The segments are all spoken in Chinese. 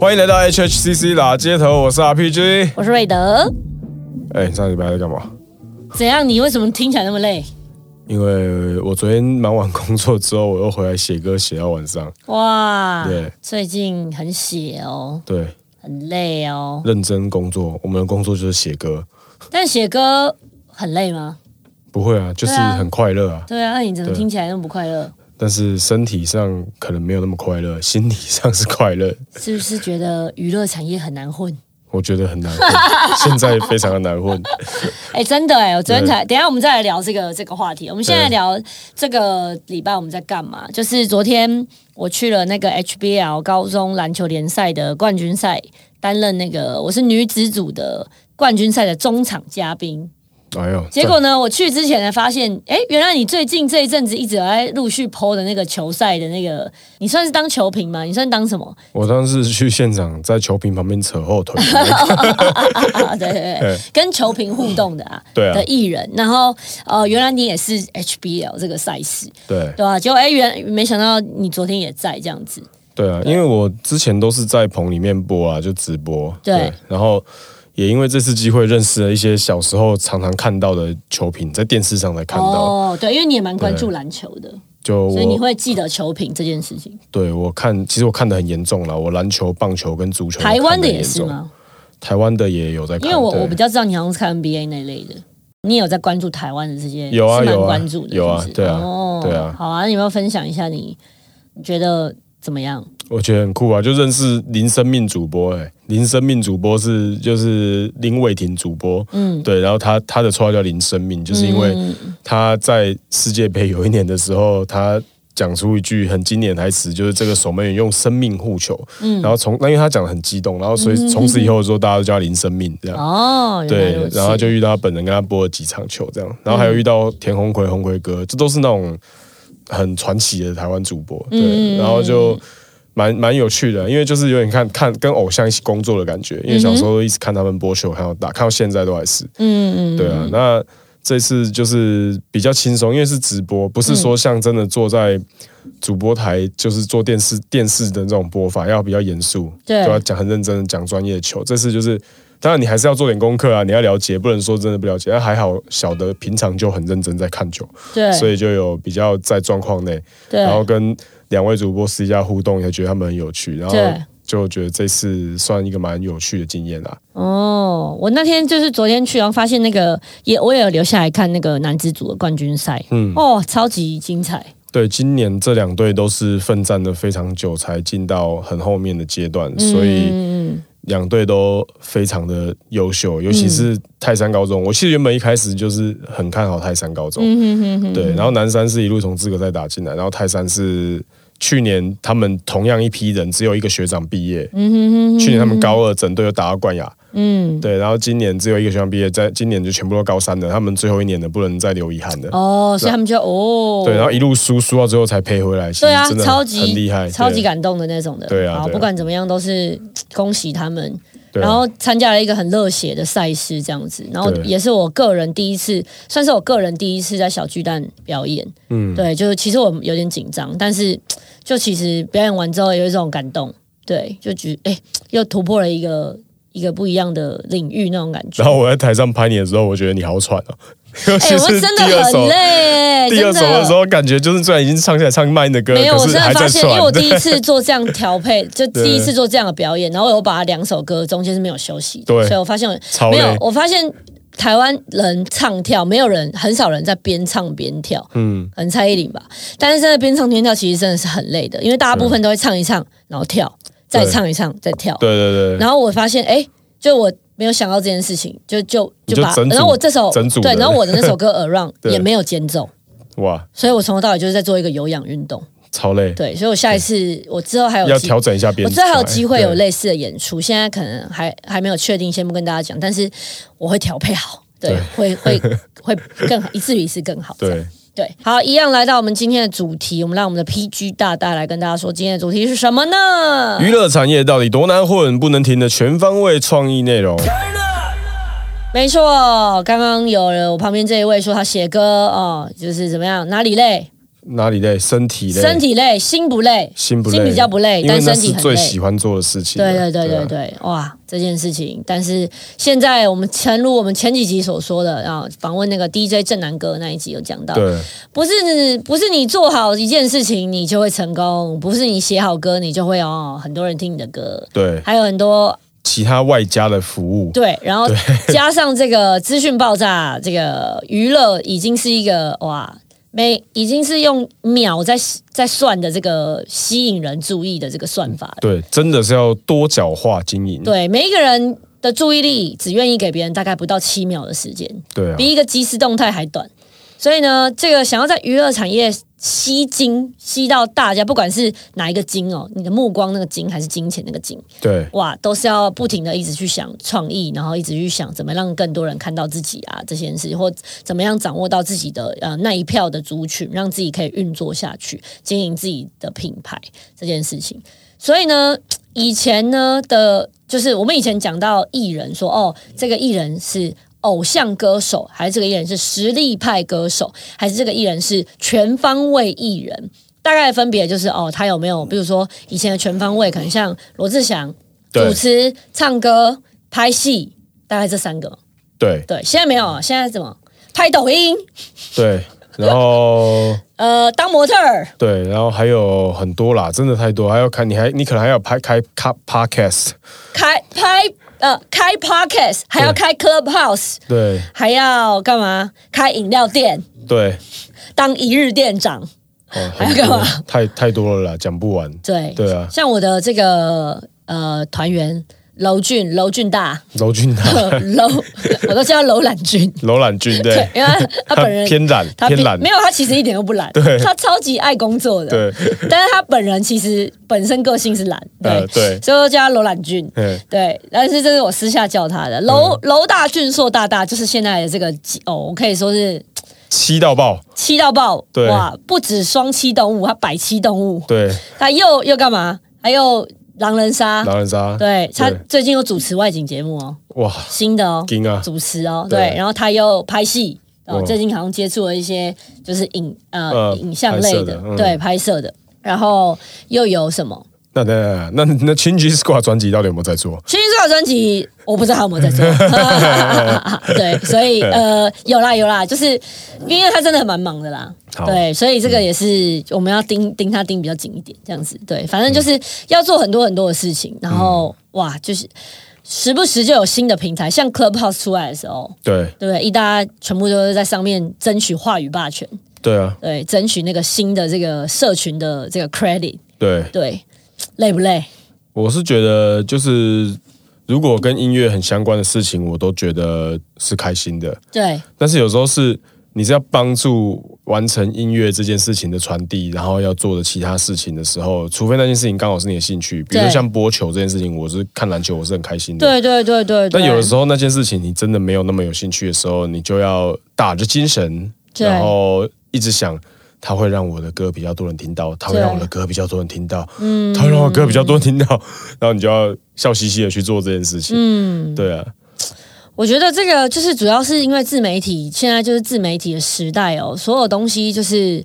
欢迎来到 HHCC 啦街头，我是 RPG。我是瑞德。哎、你上礼拜在干嘛？怎样？你为什么听起来那么累？因为我昨天忙完工作之后，我又回来写歌，写到晚上。哇对，最近很血哦，对，很累哦。认真工作。我们的工作就是写歌，但写歌很累吗？不会啊，就是对啊很快乐啊。对啊，那你怎么对听起来那么不快乐？但是身体上可能没有那么快乐，心理上是快乐。是不是觉得娱乐产业很难混？ 我觉得很难混，现在非常的难混。哎，真的哎，我昨天才，等一下我们再来聊这个这个话题。我们现在对聊这个礼拜我们在干嘛？就是昨天我去了那个 HBL 高中篮球联赛的冠军赛，担任那个我是女子组的冠军赛的中场嘉宾。哎呦，结果呢，我去之前才发现，哎，原来你最近这一阵子一直有在陆续 PO 的那个球赛的那个，你算是当球评吗？你算当 什么？我当时去现场，在球评旁边扯后 腿，啊，对对对对，跟球评互动的啊，对啊的艺人。然后呃，原来你也是 HBL 这个赛事，对对吧、结果哎，原没想到你昨天也在这样子，对啊，因为我之前都是在棚里面播啊，就直播。对然后也因为这次机会，认识了一些小时候常常看到的球评，在电视上才看到。哦，对，因为你也蛮关注篮球的，就所以你我会记得球评这件事情。对我看，其实我看得很严重了。我篮球、棒球跟足球，台湾的也是？吗？台湾的也有在看，因为我对我比较知道你好像是看 NBA 那类的，你有在关注台湾的这些，有啊是蛮有啊关注的，有啊是不是对啊哦对啊好啊，你有没有分享一下你你觉得怎么样？我觉得很酷啊，就认识林生命主播、欸，林生命主播是就是林伟霆主播，嗯，对，然后他他的绰号叫林生命，就是因为他在世界杯有一年的时候，他。讲出一句很经典的台词，就是这个守门员用生命护球，嗯，然后从那因为他讲的很激动，然后所以从此以后说大家都叫他林生命这样，哦，原来对如，此然后就遇到他本人，跟他播了几场球这样，然后还有遇到田鸿奎、鸿奎哥，这都是那种很传奇的台湾主播，嗯对，然后就蛮蛮有趣的，因为就是有点看看跟偶像一起工作的感觉，因为小时候一直看他们播球，看到大，看到现在都还是，嗯嗯，对啊，那这次就是比较轻松，因为是直播，不是嗯说像真的坐在主播台，就是做电视电视的那种播法，要比较严肃，对就要讲很认真的讲专业的球。这次就是，当然你还是要做点功课啊，你要了解，不能说真的不了解。但还好，小的平常就很认真在看球，对，所以就有比较在状况内，对然后跟两位主播私下互动，也觉得他们很有趣，然后对就觉得这次算一个蛮有趣的经验啦。哦，我那天就是昨天去，然后发现那个也我也有留下来看那个男子组的冠军赛，嗯，哦，超级精彩，对，今年这两队都是奋战的非常久，才进到很后面的阶段，所以嗯两队都非常的优秀，尤其是泰山高中。我其实原本一开始就是很看好泰山高中，嗯嗯嗯，对，然后南山是一路从资格赛打进来，然后泰山是去年他们同样一批人，只有一个学长毕业，嗯嗯去年他们高二整队又打到冠亚，嗯，对，然后今年只有一个学长毕业，在今年就全部都高三了，他们最后一年的不能再留遗憾的。哦，所以他们就哦，啊对，然后一路输输到最后才赔回来，其实对啊真，的超很级很厉害，超对级感动的那种的。对啊好对啊不管怎么样都是恭喜他们。对啊然后参加了一个很热血的赛事，这样子，然后对也是我个人第一次，算是我个人第一次在小巨蛋表演。嗯，对，就是其实我有点紧张，但是就其实表演完之后有一种感动，对，就觉哎、又突破了一个一个不一样的领域那种感觉。然后我在台上拍你的时候，我觉得你好喘哦， 尤 哎、其我是真第的二首很累，第二首真的时候，感觉就是虽然已经唱起来唱慢的歌，没有，我可真是的还发在现，因为喘我。对第一次做这样调 配，就第一次做这样的表演，然后我把两首歌中间是没有休息的，对所以我发现我超累没有，我发现台湾人唱跳没有人，很少人在边唱边跳，嗯，很蔡依林吧，但是在边唱边跳其实真的是很累的，因为大部分都会唱一唱，然后跳，再对唱一唱，再跳， 对对对，然后我发现，哎、就我没有想到这件事情，就就你就把整，组然后我这首整组的对，然后我的那 首歌 Around 对也没有间奏，哇，所以我从头到尾就是在做一个有氧运动。超累，对，所以我下一次我之后还有要机调整一下编我排。知道还有机会有对类似的演出，现在可能还还没有确定，先不跟大家讲，但是我会调配好，对，对会会 会更好，一次比一次更好。这样对，对，好，一样来到我们今天的主题，我们让我们的 PG 大大来跟大家说今天的主题是什么呢？娱乐产业到底多难混？不能停的全方位创意内容。没错，刚刚有了我旁边这一位说他写歌哦，就是怎么样，哪里累？哪里累？身体累，身体累，心不累，心不累，心比较不累，因为但那身是体很最累喜。欢做的事情了。对对对啊对对，哇，这件事情，但是现在我们诚如我们前几集所说的啊，访问那个 DJ 正南哥那一集有讲到，啊对不是不是你做好一件事情你就会成功，不是你写好歌你就会哦很多人听你的歌，对，还有很多其他外加的服务，对，然后 加上这个资讯爆炸，这个娱乐已经是一个哇。每已经是用秒在在算的这个吸引人注意的这个算法了，对，真的是要多角化经营。对，每一个人的注意力只愿意给别人大概不到七秒的时间，对啊，比一个即时动态还短。所以呢，这个想要在娱乐产业吸金，吸到大家，不管是哪一个金哦，你的目光那个金还是金钱那个金，对哇，都是要不停的一直去想创意，然后一直去想怎么让更多人看到自己啊这件事，或怎么样掌握到自己的呃那一票的族群，让自己可以运作下去，经营自己的品牌这件事情。所以呢，以前呢的，就是我们以前讲到艺人说，哦，这个艺人是。偶像歌手，还是这个艺人是实力派歌手，还是这个艺人是全方位艺人？大概分别就是哦，他有没有，比如说以前的全方位，可能像罗志祥，对主持、唱歌、拍戏，大概这三个。对对，现在没有啊，现在怎么拍抖音？对，然后呃，当模特儿，对，然后还有很多啦，真的太多，还要看你还你可能还要拍开开 podcast，开拍呃开 podcast，还要开 clubhouse，对还要干嘛？开饮料店，对，当一日店长。哦，还要很多干嘛？太太多了啦，讲不完。对对啊像我的这个呃团员楼俊，楼俊大， 柔俊他，呃楼，我都叫他楼懒俊，柔懒俊对对，，因为他他本人偏懒他偏比懒没，有，他其实一点都不懒，他超级爱工作的，对，但是他本人其实本身个性是懒，对、呃对所以我叫他楼懒俊。嗯，对，但是这是我私下叫他的楼楼大俊硕大大，就是现在的这个哦，我可以说是七到爆，七到爆，对哇，不止双栖动物，他百栖动物，对，他又又干嘛？还有狼人杀，狼人杀，对他对最近有主持外景节目哦，哇，新的哦，金啊，主持哦，对对，然后他又拍戏，哦哦，最近好像接触了一些就是影呃呃影像类拍摄的，的嗯对，拍摄的，然后又有什么？那那那那 Change Squad 专辑到底有没有在做？其实这套专辑我不知道他有没有 在做，对，所以呃有啦有啦，就是因为他真的蛮忙的啦，好对，所以这个也是我们要盯盯他盯比较紧一点，这样子，对，反正就是要做很多很多的事情，然后、嗯哇，就是时不时就有新的平台，像 Clubhouse 出来的时候，对对不对？一大家全部都是在上面争取话语霸权，对啊，对，争取那个新的这个社群的这个 credit，对，对，累不累？我是觉得就是如果跟音乐很相关的事情，我都觉得是开心的。对，但是有时候是你是要帮助完成音乐这件事情的传递，然后要做的其他事情的时候，除非那件事情刚好是你的兴趣，比如说对像播球这件事情，我是看篮球，我是很开心的。对对对对对。但有的时候那件事情你真的没有那么有兴趣的时候，你就要打着精神，对然后一直想。它会让我的歌比较多人听到，它会对让我的歌比较多人听到，嗯，它会让我歌比较多人听到，然后你就要笑嘻嘻的去做这件事情，嗯，对啊，我觉得这个就是主要是因为自媒体现在就是自媒体的时代哦，所有东西就是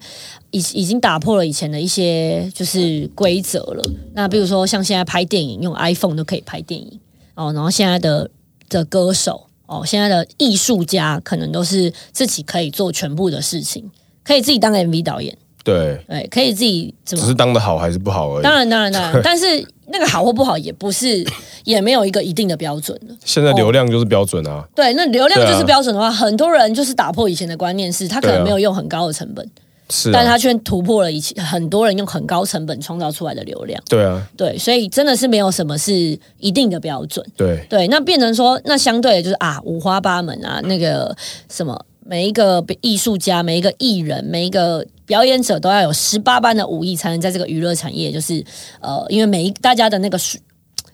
已已经打破了以前的一些就是规则了。那比如说像现在拍电影用 iPhone 都可以拍电影哦，然后现在的的歌手哦，现在的艺术家可能都是自己可以做全部的事情，可以自己当 MV 导演，对，对，可以自己怎只么是当的好还是不好而已当。然，当然，当 然，但是那个好或不好也不是，也没有一个一定的标准了。现在流量就是标准啊，对，那流量对啊就是标准的话，很多人就是打破以前的观念是，他可对能啊没有用很高的成本，是但啊，他却突破了以前很多人用很高成本创造出来的流量。对啊，对，所以真的是没有什么是一定的标准。对对，那变成说，那相对的就是啊，五花八门啊，那个什么，每一个艺术家、每一个艺人、每一个表演者都要有十八般的武艺，才能在这个娱乐产业，就是呃，因为每一大家的那个水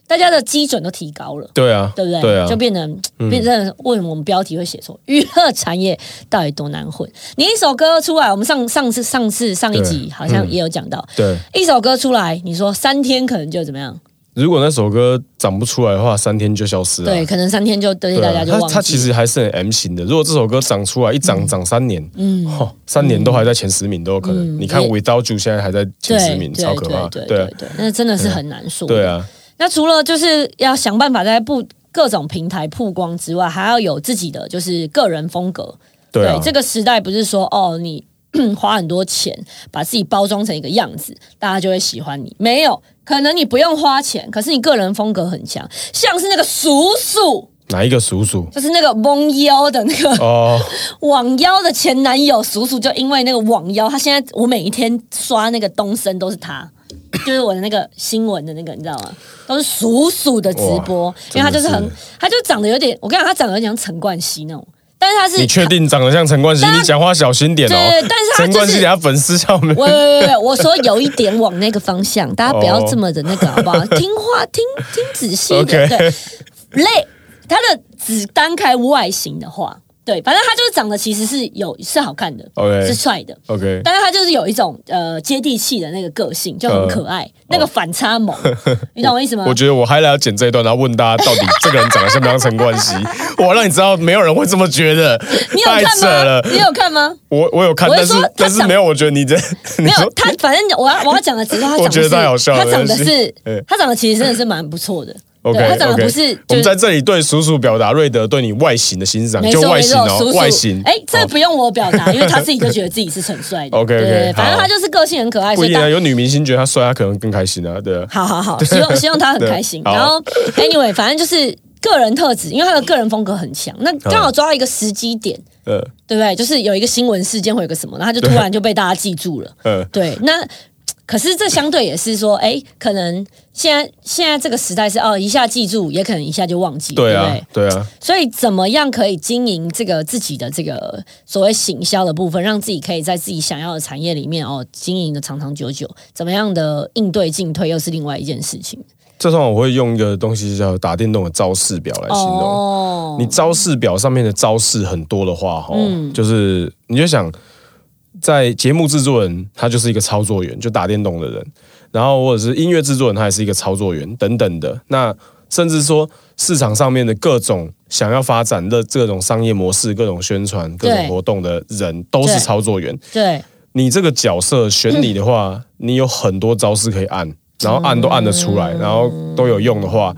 大家的基准都提高了。对啊，对不对？对啊就，变成变成为什么我们标题会写错？ 娱乐产业到底多难混？你一首歌出来，我们上上次上次上一集对嗯好像也有讲到，对一首歌出来，你说三天可能就怎么样如果那首歌长不出来的话，三天就消失了。对，可能三天就啊对对大啊，家就它忘记。它其实还是很 M 型的。如果这首歌长出来，一长长三年，嗯，三年都还在前十名都有可能。你看嗯也 Without You 现在还在前十对名，对超可怕。对对对啊对对，那真的是很难说。对啊，那除了就是要想办法在不各种平台曝光之外，还要有自己的就是个人风格。对啊，这个时代不是说哦你。 花很多钱把自己包装成一个样子，大家就会喜欢你。没有，可能你不用花钱，可是你个人风格很强，像是那个叔叔，哪一个叔叔？就是那个蒙腰的那个 哦，网妖的前男友叔叔，就因为那个网妖，他现在我每一天刷那个东森都是他，就是我的那个新闻的那个，你知道吗？都是叔叔的直播哇，因为他就是真很的，他就长得有点，我跟你讲，他长得有点像陈冠希那种，但是他是你确定长得像陈冠希？你讲话小心点哦 对。但是他就陈是冠希，他粉丝笑没喂喂喂喂，我说有一点往那个方向，大家不要这么的那个，好不好？听话，听听仔细一点。哦 OK 对，类他的只单开外形的话，对，反正他就是长得其实是有是好看的 OK 是帅的。 ？OK，但是他就是有一种呃接地气的那个个性，就很可爱，那个反 差萌，你懂我意思吗？我觉得我还来要剪这一段，然后问大家到底这个人长得像不像陈 冠希？我让你知道没有人会这么觉得，你有太看扯吗了？。你有看吗？我我有看，我但是是说他但是长没有，我觉得你这你没说有，他反正我要我要讲的只是他长我得觉得是，太好笑了他长得没关是系嗯，他长得其实真的是蛮不错的。 OK，对，他长得 OK 不是，我就们在是这里对叔叔表达瑞德对你外形的欣赏，没就错外没形错，哦叔，外叔形。。哎，这不用我表达，因为他自己就觉得自己是很帅 的。OK，OK，对反正好他就是个性很可爱，不所一以定大啊，有女明星觉得他帅，他可能更开心啊，对啊。好好好，希望希望他很开心。对好然后 anyway，反正就是个人特质，因为他的个人风格很强，那刚嗯好抓到一个时机点，呃对不对？就是有一个新闻事件，会有个什么，然后他就突然就被大家记住了。呃，对，那可是这相对也是说，哎，可能现在现在这个时代是哦，一下记住，也可能一下就忘记，对不啊对？，对啊，所以怎么样可以经营这个自己的这个所谓行销的部分，让自己可以在自己想要的产业里面哦经营的长长久久？怎么样的应对进退又是另外一件事情这上我会用一个东西叫打电动的招式表来形容。哦嗯你招式表上面的招式很多的话，哈、就是你就想，在节目制作人他就是一个操作员，就打电动的人，然后或者是音乐制作人他也是一个操作员等等的。那甚至说市场上面的各种想要发展的各种商业模式、各种宣传、各种对活动的人都是对操作员。对你这个角色选你的话，你有很多招式可以按，然后按都按得出来，然后都有用的话，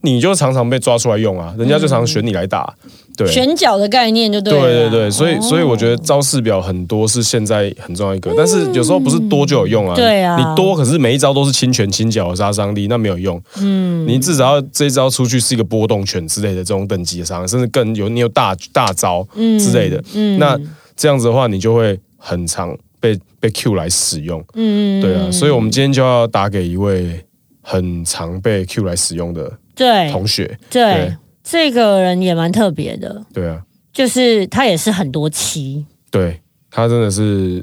你就常常被抓出来用啊，人家就常选你来打，对。选角的概念就对啊哦对了啦，对对，所以所以我觉得得招式表很多是现在很重要一个，但是有时候不是多就有用啊。嗯对啊你多可是每一招都是轻拳轻脚的杀伤力，那没有用。嗯，你至少要这一招出去是一个波动拳之类的这种等级的伤，甚至更有你有大大招之类的。嗯，那这样子的话，你就会很常被被 Q 来使用。嗯对啊，所以我们今天就要打给一位很常被 Q 来使用的对同学。对对这个人也蛮特别的，对啊，就是他也是很多期，对他真的是，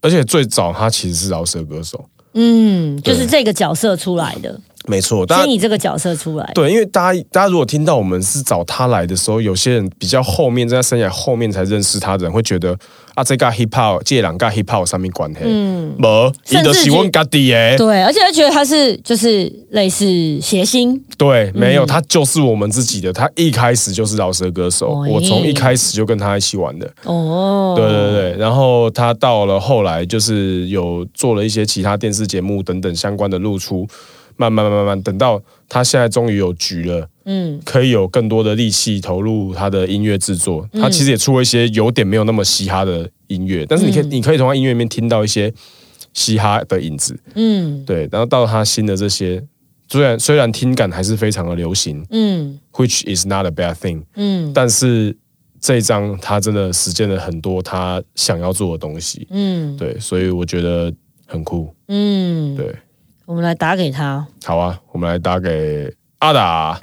而且最早他其实是饶舌歌手。嗯，就是对这个角色出来的，没错，大是家你这个角色出来的。对，因为大家大家如果听到我们是找他来的时候，有些人比较后面在他生涯后面才认识他的人，会觉得啊，这个 hip hop 这两个 hip hop 有上面关系，嗯，无，甚伊至都喜欢觉家己的，对，而且他觉得他是就是类似谐星，对，没嗯有，他就是我们自己的，他一开始就是饶舌歌手，哦我从咦一开始就跟他一起玩的，哦，对对对，然后他到了后来就是有做了一些其他电视节目等等相关的露出，慢慢慢慢慢，等到他现在终于有局了，嗯，可以有更多的力气投入他的音乐制作。他其实也出过一些有点没有那么嘻哈的音乐，但是你可以、你可以从他音乐里面听到一些嘻哈的影子，嗯对，然后到他新的这些。虽然虽然听感还是非常的流行嗯，which is not a bad thing，嗯但是这一张他真的实践了很多他想要做的东西，嗯对，所以我觉得很酷。嗯，对，我们来打给他，好啊，我们来打给阿达。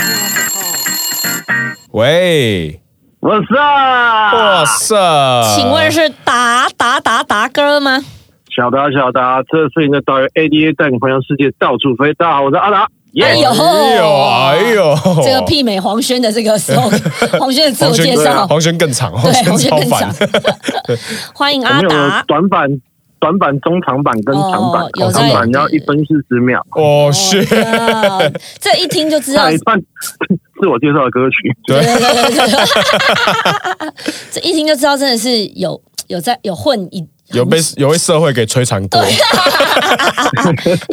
喂， What's up？哇塞，请问是达达达达哥吗？小达，小达，这是你的导游 ADA 带你环游世界，到处飞。大家好，我是阿达。耶、哎呦哎呦，哎呦，这个媲美黄轩的这个时候，黄轩的自黄我轩介绍，黄轩更长，黄对，轩黄轩超更烦长。，欢迎我阿们有达，短板，短板、中长板跟长板哦，有长板在要一分四十秒，哦，是是，这一听就知道那一，段 自我介绍的歌曲，对对对对对这一听就知道真的是有有在有混一，有被有被社会给摧残过，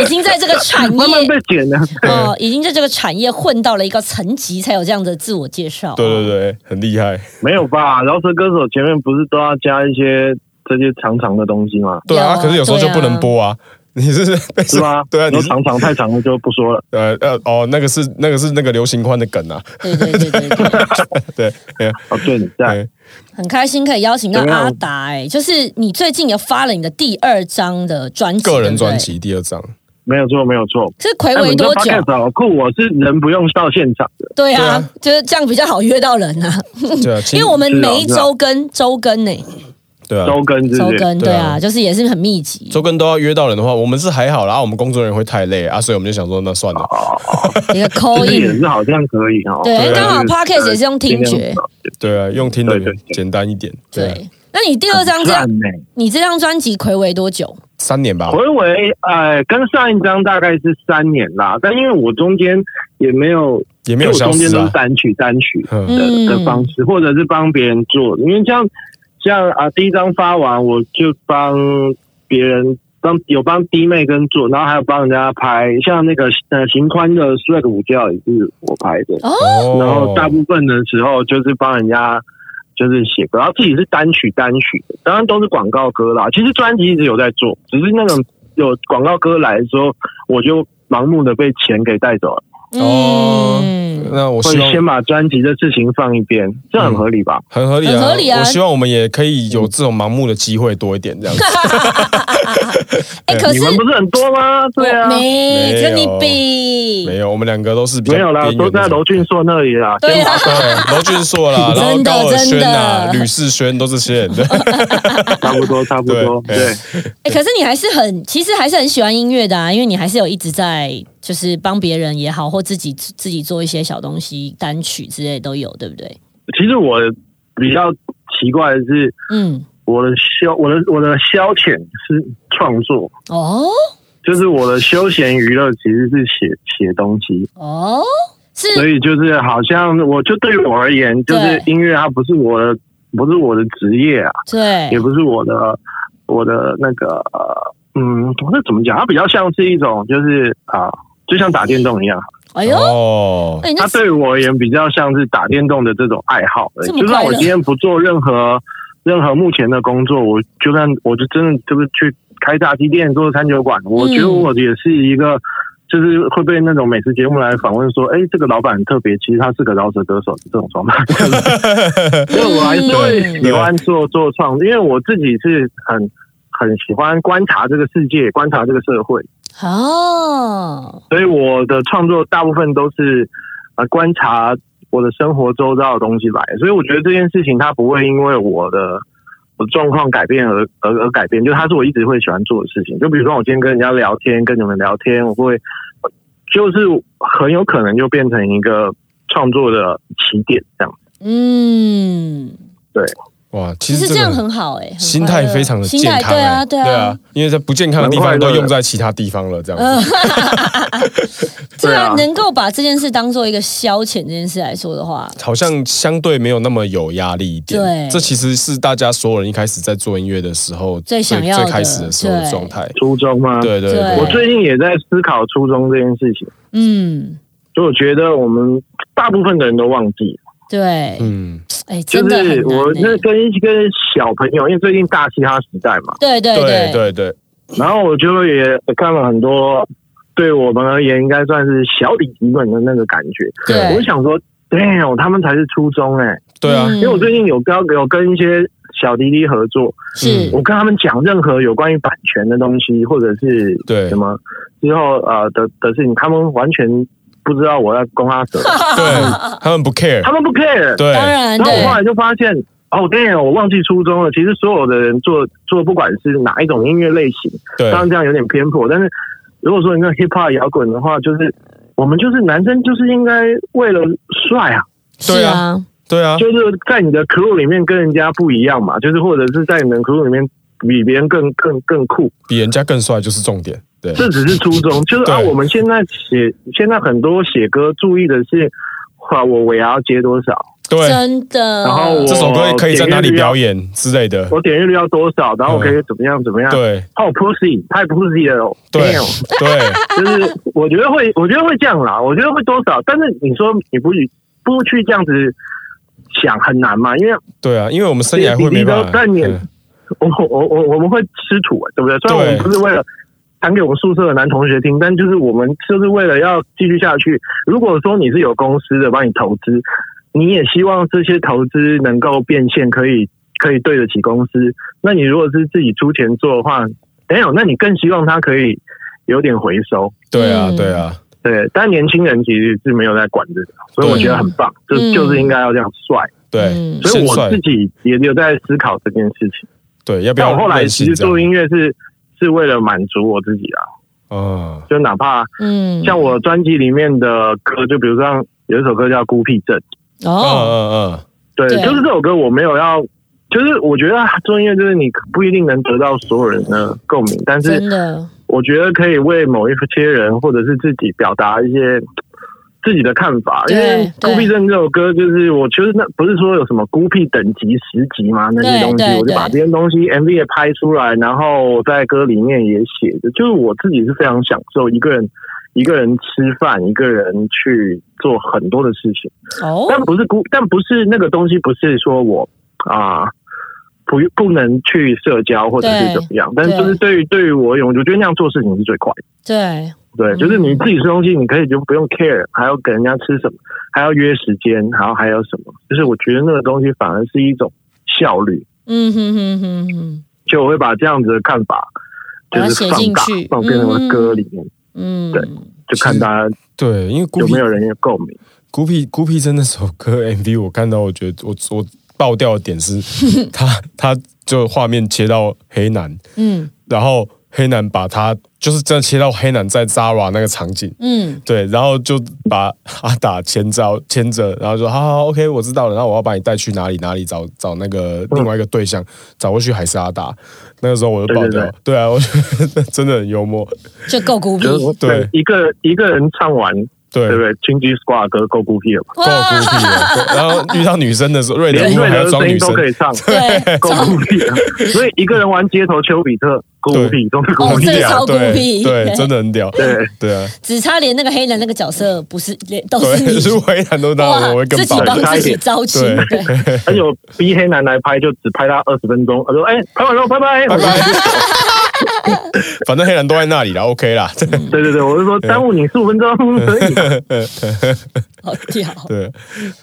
已经在这个产慢慢业被剪了。哦，已经在这个产业混到了一个层级，才有这样的自我介绍。对对对，很厉害，没有吧？饶舌歌手前面不是都要加一些这些长长的东西吗？对啊，有啊可是有时候就不能播啊，你是 被 是吗？对啊，你你说是长长太长了就不说了。呃呃哦，那个是那个是那个刘行欢的梗啊， 对对对对对，对，哎呀哦，对，你在哎很开心可以邀请到怎么样阿达，哎，就是你最近也发了你的第二张的专辑，个人对不对专辑第二张，没有错，没有错。是暌哎违你这多久？ podcast 好酷，我是人不用到现场的。对对啊啊，就是这样比较好约到人啊，对啊，因其为实我们是啊每一是啊周更周更呢，对啊，周更是呃周不是？更对对啊啊，就是也是很密集。周更都要约到人的话，我们是还好啦，我们工作人员会太累啊，所以我们就想说，那算了，啊一个 call 就是也 in，是好像可以哦。对就是刚好 podcast 也是用听觉对啊，用听的对对对简单一点，啊对。那你第二张很这样赞，呢。你这张专辑暌违多久？三年吧，回为呃，跟上一张大概是三年啦，但因为我中间也没有，也没有因为消我中间失都是啊，单曲单曲，嗯，嗯的的方式，或者是帮别人做，因为像像啊，第一张发完我就帮别人帮有帮弟妹跟做，然后还有帮人家拍，像那个呃邢宽的 swag 舞教也是我拍的，哦，哦然后大部分的时候就是帮人家。就是写歌，然后自己是单曲单曲的，当然都是广告歌啦。其实专辑一直有在做，只是那种有广告歌来的时候，我就盲目的被钱给带走了，哦嗯，那我会希望先把专辑的事情放一边，这很合理吧？很合理啊，很合理啊我希望我们也可以有这种盲目的机会多一点，这样子。哎，可你是嗯们不是很多吗？对啊，没没跟你有 比，没有，我们两个都是比较没有啦，边缘都的在种娄俊硕那里 啦。对啊，对，娄俊硕 啦，然后真的高尔宣啊真，的吕世轩都这些人的，差不多，差不多。对对，哎、可是你还是很，其实还是很喜欢音乐的啊，因为你还是有一直在就是帮别人也好，或自己自己做一些小东西、单曲之类都有，对不对？其实我比较奇怪的是，嗯，我的消我的我的消遣是创作，哦就是我的休闲娱乐其实是写写东西，哦，是所以就是好像我就对我而言，就是对音乐它不是我的不是我的职业啊，对也不是我的我的那个呃嗯，那怎么讲？它比较像是一种就是啊、就像打电动一样。哎呦，哦哎、，那它对我而言比较像是打电动的这种爱好而已，这么就算快乐我今天不做任何任何目前的工作，我就算我就真的就是去开炸鸡店做餐酒馆，我觉得嗯我也是一个。就是会被那种美食节目来访问说，哎、这个老板很特别，其实他是个饶舌歌手这种状态， 因为我还是会嗯喜欢做做创，因为我自己是很很喜欢观察这个世界，观察这个社会，哦，所以我的创作大部分都是呃观察我的生活周遭的东西来，所以我觉得这件事情它不会因为我的我的状况改变而而而改变，就它是我一直会喜欢做的事情。就比如说我今天跟人家聊天，跟你们聊天，我会就是很有可能就变成一个创作的起点这样。嗯，哇，其其实实这这样个很好哎、很快乐心态非常的心健态康，对啊哎对对啊，因为在不健康的地蛮快方乐都的用在其他地方了，这样子。对啊，对啊能够把这件事当做一个消遣这件事来说的话，好像相对没有那么有压力一点。对这其实是大家所有人一开始在做音乐的时候最想要的最开始的时候的对状态。初衷吗？，对对对对，我最近也在思考初衷这件事情，嗯，所以我觉得我们大部分的人都忘记了。对，嗯，哎、真就的很难、是我哎那跟一跟小朋友，因为最近大嘻哈时代 嘛，对对对对对，然后我就也看了很多，对我们而言应该算是小弟弟们的那个感觉。对我就想说，对哦，他们才是初衷哎、对啊，嗯因为我最近有跟有跟一些小弟弟合作，嗯是我跟他们讲任何有关于版权的东西，或者是对什么之后呃的的事情，他们完全不知道我在公 他什么，对，他们不 care，他们不 care。嗯对，当然然后我对后来就发现，哦，对哦，我忘记初衷了。其实所有的人做做，不管是哪一种音乐类型，对当然这样有点偏颇，但是如果说你跟 hip hop 摇滚的话，就是我们就是男生，就是应该为了帅啊，是对啊啊，对啊，就是在你的 crew 里面跟人家不一样嘛，就是或者是在你们 crew 里面比别人更更更酷，比人家更帅就是重点。对，这只是初衷。就是啊，对我们现在写现在很多写歌注意的是，哇，我尾牙要接多少，对，真的。然后我这首歌可以在哪里表演之类的。我点阅率要多少，然后我可以怎么样怎么样。对哦，pussy 太 pussy 了哦，对 damn 对，就是我觉得会，我觉得会这样啦，我觉得会多少，但是你说你不不去这样子想很难嘛，因为对啊，因为我们生涯会没办法。但你嗯我我我我们会吃土、啊对不对？虽然我们对不是为了弹给我们宿舍的男同学听，但就是我们就是为了要继续下去。如果说你是有公司的帮你投资，你也希望这些投资能够变现，可以可以对得起公司。那你如果是自己出钱做的话，没有，那你更希望它可以有点回收。对啊嗯对啊，对，但年轻人其实是没有在管这个，所以我觉得很棒，就嗯就是应该要这样帅。对嗯，所先以我帅自己也有在思考这件事情。对，要不但要我后来任其性实这样做音乐是是为了满足我自己啊，哦啊，就哪怕嗯，像我专辑里面的歌，就比如像有一首歌叫《孤僻症》，嗯哦，嗯嗯，对，对就是这首歌我没有要，就是我觉得做音乐就是你不一定能得到所有人的共鸣，嗯但是真的，我觉得可以为某一些人或者是自己表达一些自己的看法，因为对《孤僻症》这首歌就是我觉得那不是说有什么孤僻等级十级嘛那些东西对，对我就把这些东西 MV 也拍出来，然后在歌里面也写的，就是我自己是非常享受一个人。一个人吃饭，一个人去做很多的事情，哦，但不是孤，但不是那个东西，不是说我啊、不不能去社交或者是对怎么样，但是就是对于对于我而言，我觉得那样做事情是最快的。对，对，嗯就是你自己吃东西，你可以就不用 care，还要给人家吃什么，还要约时间，然后还有什么，就是我觉得那个东西反而是一种效率。嗯哼哼哼哼，就我会把这样子的看法，就把它是写放进大去放在我的歌里面，嗯，对就看大家对，因为孤有僻没有人有共鸣。孤僻孤僻真那首歌 MV，我看到我觉得我我爆掉的点 是，他他就画面切到黑男，嗯然后黑男把他就是真的切到黑男在 Zara 那个场景。嗯，对，然后就把 阿达牵着牵着，然后说好好好 OK，我知道了，然后我要把你带去哪里哪里找找那嗯个另外一个对象，找过去还是阿达。那个时候我就爆掉了，对啊，我觉得 真的很幽默，就够孤僻，就是对一个一个人唱完，对，对不够对？青鸡 squad 歌够孤僻了吧？孤僻了。对然后遇到女生的时候，瑞德连屋瑞还德要的装声音女都生，可以唱， 对， 够超孤僻 了。所以一个人玩街头丘比特，孤僻都是孤哦很僻。这个屌超孤僻对，对真的很屌，对对啊，只差连那个黑人那个角色不是连都是对，你，是为难都哇到我会更自己爆帮掉，自己招亲，对对，而且我逼黑男来拍，就只拍他二十分钟。他说：“哎、拍完了，拜拜。拜拜。反正黑人都在那里啦 o k 啦，对 嗯对对对，我就说耽误你十五分钟 可以。好屌。哎对，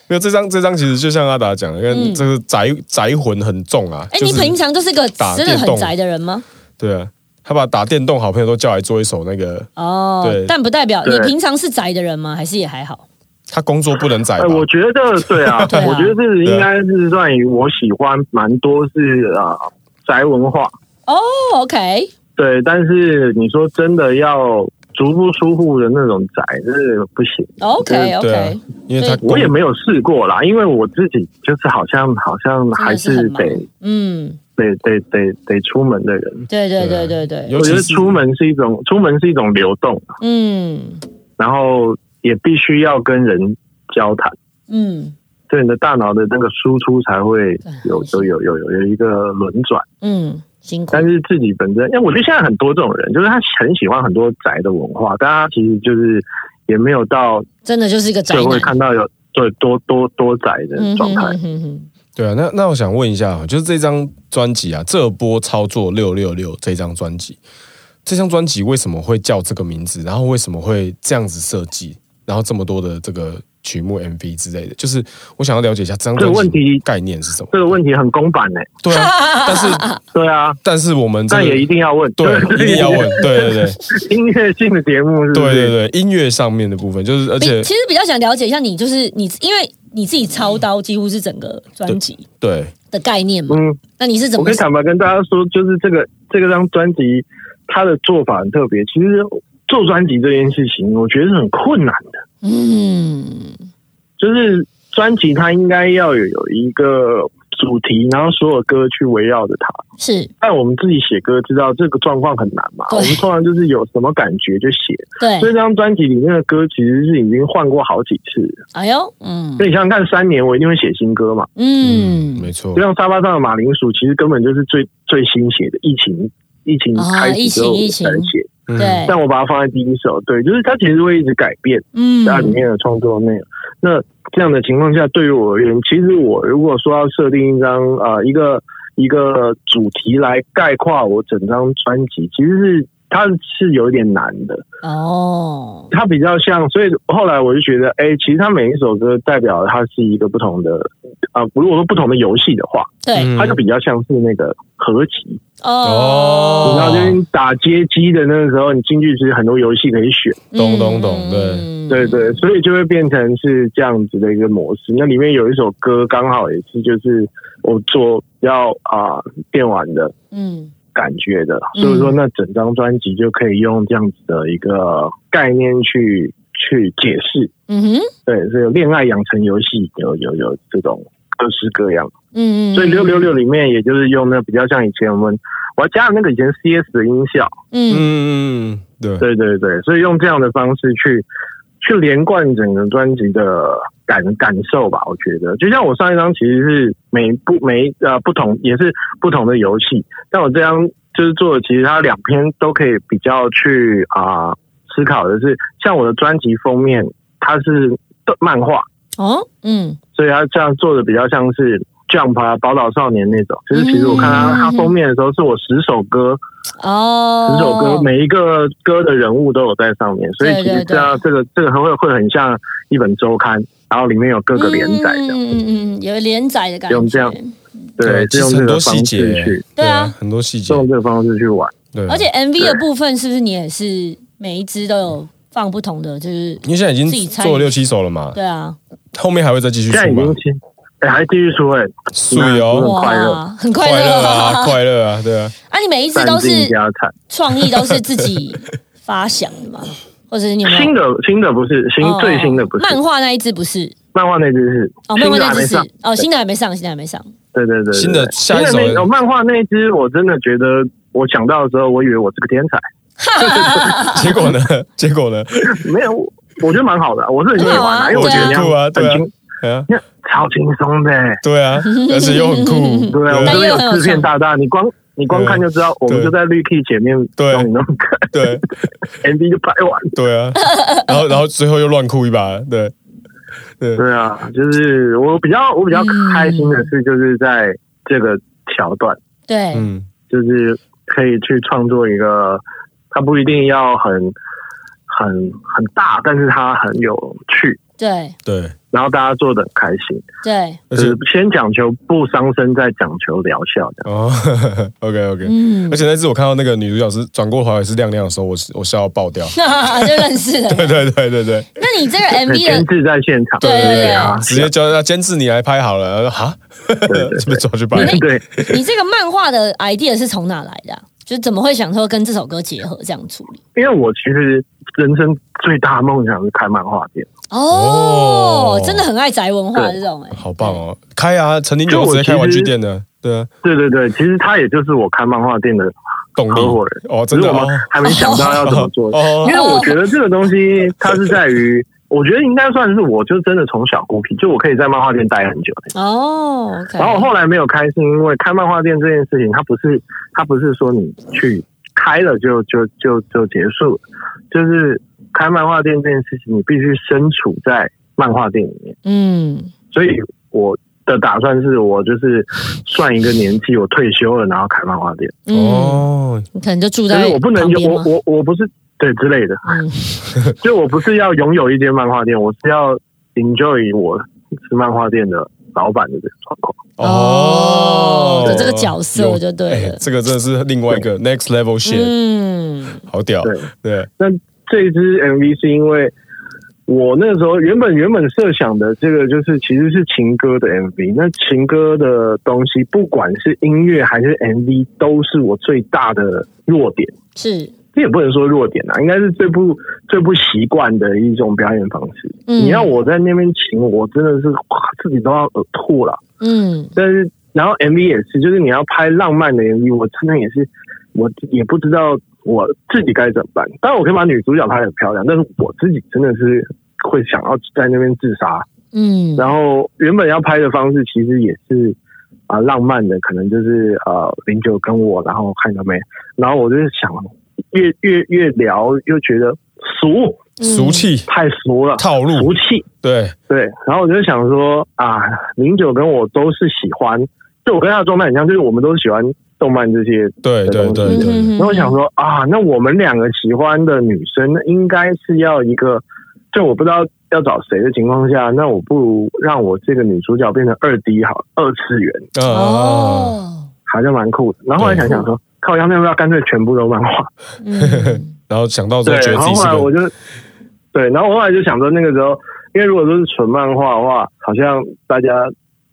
没有这张这张其实就像阿达讲的，跟这个宅宅魂很重啊，嗯哎，就你是平常就是个打真的电很动宅的人吗？对啊，他把打电动好朋友都叫来做一首那个，哦对，但不代表你对平常是宅的人吗？还是也还好？他工作不能宅哎、吧？我觉得对啊，对啊我觉得这应该是算于我喜欢蛮多是啊、呃宅文化。哦，OK，对，但是你说真的要足不出户的那种宅，这不行。 OK 对啊 OK，，因为他哎我也没有试过啦，因为我自己就是好像好像还真的是很忙得。嗯，得得得得出门的人，对对对啊对对对，尤我觉其得是出门是一种出门是一种流动，啊嗯然后也必须要跟人交谈。嗯对你的大脑的那个输出才会有有有有有有一个轮转，嗯，辛苦但，是自己本身，因为我觉得现在很多这种人，就是他很喜欢很多宅的文化，但他其实就是也没有到真的就是一个宅社会男。看到有对多多多宅的嗯状哼态。哼哼哼对啊，那那我想问一下，就是这张专辑啊，这波操作六六六这张专辑，这张专辑为什么会叫这个名字？然后为什么会这样子设计？然后这么多的这个曲目 MV 之类的，就是我想要了解一下这张这个专问辑题概念是什么？这个问题很公版呢、对啊， 但 是对啊，但是我们这但个也一定要问， 对一定要问，对对对音乐性的节目是不对是？对对，音乐上面的部分就是，而比且其实比较想了解一下你，就是你，因为你自己操刀几乎是整个专辑对的概念嘛，嗯，那你是怎我么可以？坦白跟大家说，就是这个这个张专辑，它的做法很特别。其实做专辑这件事情，我觉得是很困难的。嗯就是专辑它应该要有有一个主题，然后所有歌去围绕着它。是但我们自己写歌知道这个状况很难嘛，对我们通常就是有什么感觉就写。对所，以这张专辑里面的歌其实是已经换过好几次了，哎呦，嗯所以你想想看，三年我一定会写新歌嘛。嗯，嗯，没错就，像沙发上的马铃薯，其实根本就是最最新写的，疫情疫情开啊疫始之情后疫情才写，嗯嗯对，但我把它放在第一首，对，就是它其实会一直改变嗯，它里面的创作内容。那这样的情况下，对于我而言，其实我如果说要设定一张呃一个一个主题来概括我整张专辑，其实是它是有一点难的。哦，它比较像，所以后来我就觉得，哎、其实它每一首歌代表它是一个不同的，啊、如果说不同的游戏的话，嗯对，它就比较像是那个合集，哦哦，然后就是打街机的那个时候，你进去其实很多游戏可以选，懂懂懂对嗯对对，所以就会变成是这样子的一个模式。那里面有一首歌刚好也是就是我做比较啊、电玩的嗯，感觉的，嗯所以说那整张专辑就可以用这样子的一个概念去去解释。嗯哼，对，所以有恋爱养成游戏，有有有这种各式各样。嗯嗯，所以六六六里面，也就是用那比较像以前我们，我还加了那个以前 CS 的音效，嗯，嗯嗯嗯，对，对对对，所以用这样的方式去去连贯整个专辑的感感受吧。我觉得，就像我上一张其实是每不每呃不同也是不同的游戏，但我这张就是做的，其实它两篇都可以比较去啊、思考的是，像我的专辑封面它是动漫画。哦，嗯，所以他这样做的比较像是 Jump 啊、宝岛少年那种。就是其实我看他、嗯他封面的时候，是我十首歌，哦，十首歌，每一个歌的人物都有在上面，所以对其实对这样这个这个会会很像一本周刊，然后里面有各个连载嗯的，嗯嗯嗯，有连载的感觉，用这样对，其是实很用这多个细方式节去，对啊，很多细节，用这个方式去玩。对，而且 MV 的部分是不是你也是每一支都有放不同的？就是因为现在已经自己参与做了六七首了嘛，对啊，后面还会再继续现在出已吗经？新，哎、还继续出哎、所以很哦，哇，快乐很快快乐乐啊，！快乐啊，对 啊，啊，你每一支散都尽是家产。创意都是自己发想的 吗？或者是你们新的新的不是新、哦最新的不是漫画那一支不是漫画那只是哦，漫新画的那还支没是上哦，新的还没上，新的还没上。对对对对新的对下一首新的那哦漫画那一只，我真的觉得我想到的时候，我以为我是个天才，结果呢？结果呢？没有，我觉得蛮好的，我是很喜很好欢啊的，因为我觉得啊对那样酷啊很对啊轻，对啊，那超轻松的，对啊，而且又很酷， 对啊，对我们但啊都又有很有制创片大大，你光你光看就知道，我们就在绿 key 前面对弄一 弄看对，MV 就拍完，对啊，然后然后最后又乱哭一把，对对对啊，就是我比较我比较嗯开心的是，就是在这个桥段，对，嗯，就是可以去创作一个，它不一定要很很很大，但是它很有趣，对对，然后大家做的很开心，对，而就且是先讲求不伤身，再讲求疗效这样。哦 ，OK OK，嗯。而，且那次我看到那个女主角是转过头来是亮亮的时候，我是我笑到爆掉 就认识了。对对对对对那你这个 MV 监的制在现场，对对对啊，直接叫他监制你来拍好了，然后哈，对这边抓去拍对，对， 你这个漫画的 idea 是从哪来的啊、就是怎么会想说跟这首歌结合这样处理？因为我其实人生最大的梦想是开漫画店，哦，哦真的很爱宅文化对这种哎、好棒哦！开啊，陈林九直接开玩具店的，对啊，对对对，其实他也就是我开漫画店的动力合伙人，哦，只真是的我哦们还没想到要怎么做，哦因为我觉得这个东西它是在于。我觉得应该算是，我就真的从小孤僻，就我可以在漫画店待很久。对。哦，OK，然后我后来没有开，是因为开漫画店这件事情，它不是它不是说你去开了就就就就结束了，就是开漫画店这件事情，你必须身处在漫画店里面。嗯，所以我的打算是我就是算一个年纪，我退休了，然后开漫画店，嗯哦，你可能就住就在是我不能旁有边我吗？我我不是对之类的，嗯，就我不是要拥有一间漫画店，我是要 enjoy 我是漫画店的老板的这个状况。哦，就这个角色就对了哎这个真的是另外一个 next level shit，嗯，好屌，对对，那这支 MV 是因为我那时候原本原本设想的这个就是其实是情歌的 MV。那情歌的东西，不管是音乐还是 MV，都是我最大的弱点。是，这也不能说弱点啊，应该是最不最不习惯的一种表演方式。嗯你让我在那边情，我真的是哇自己都要呕吐了。嗯，但是然后 MV 也是，就是你要拍浪漫的 MV，我真的也是，我也不知道我自己该怎么办。当然，我可以把女主角拍得很漂亮，但是我自己真的是会想要在那边自杀。嗯，然后原本要拍的方式其实也是啊、浪漫的，可能就是呃零九跟我，然后看到没，然后我就是想越越越聊又觉得俗，嗯俗气太俗了，套俗路，气。对，对，然后我就想说啊，零九跟我都是喜欢，就我跟他的状态很像，就是我们都是喜欢动漫这些。对，对，对，嗯对，哼然后我想，说啊，那我们两个喜欢的女生那应该是要一个，就我不知道要找谁的情况下，那我不如让我这个女主角变成二 D 好，二次元嗯啊，哦，好像蛮酷的。然后后来想想说，靠，要不要干脆全部都漫画？ 嗯然后想到之对后，觉得然自己后后是来我个，就，对，然后我后来就想说，那个时候，因为如果说是纯漫画的话，好像大家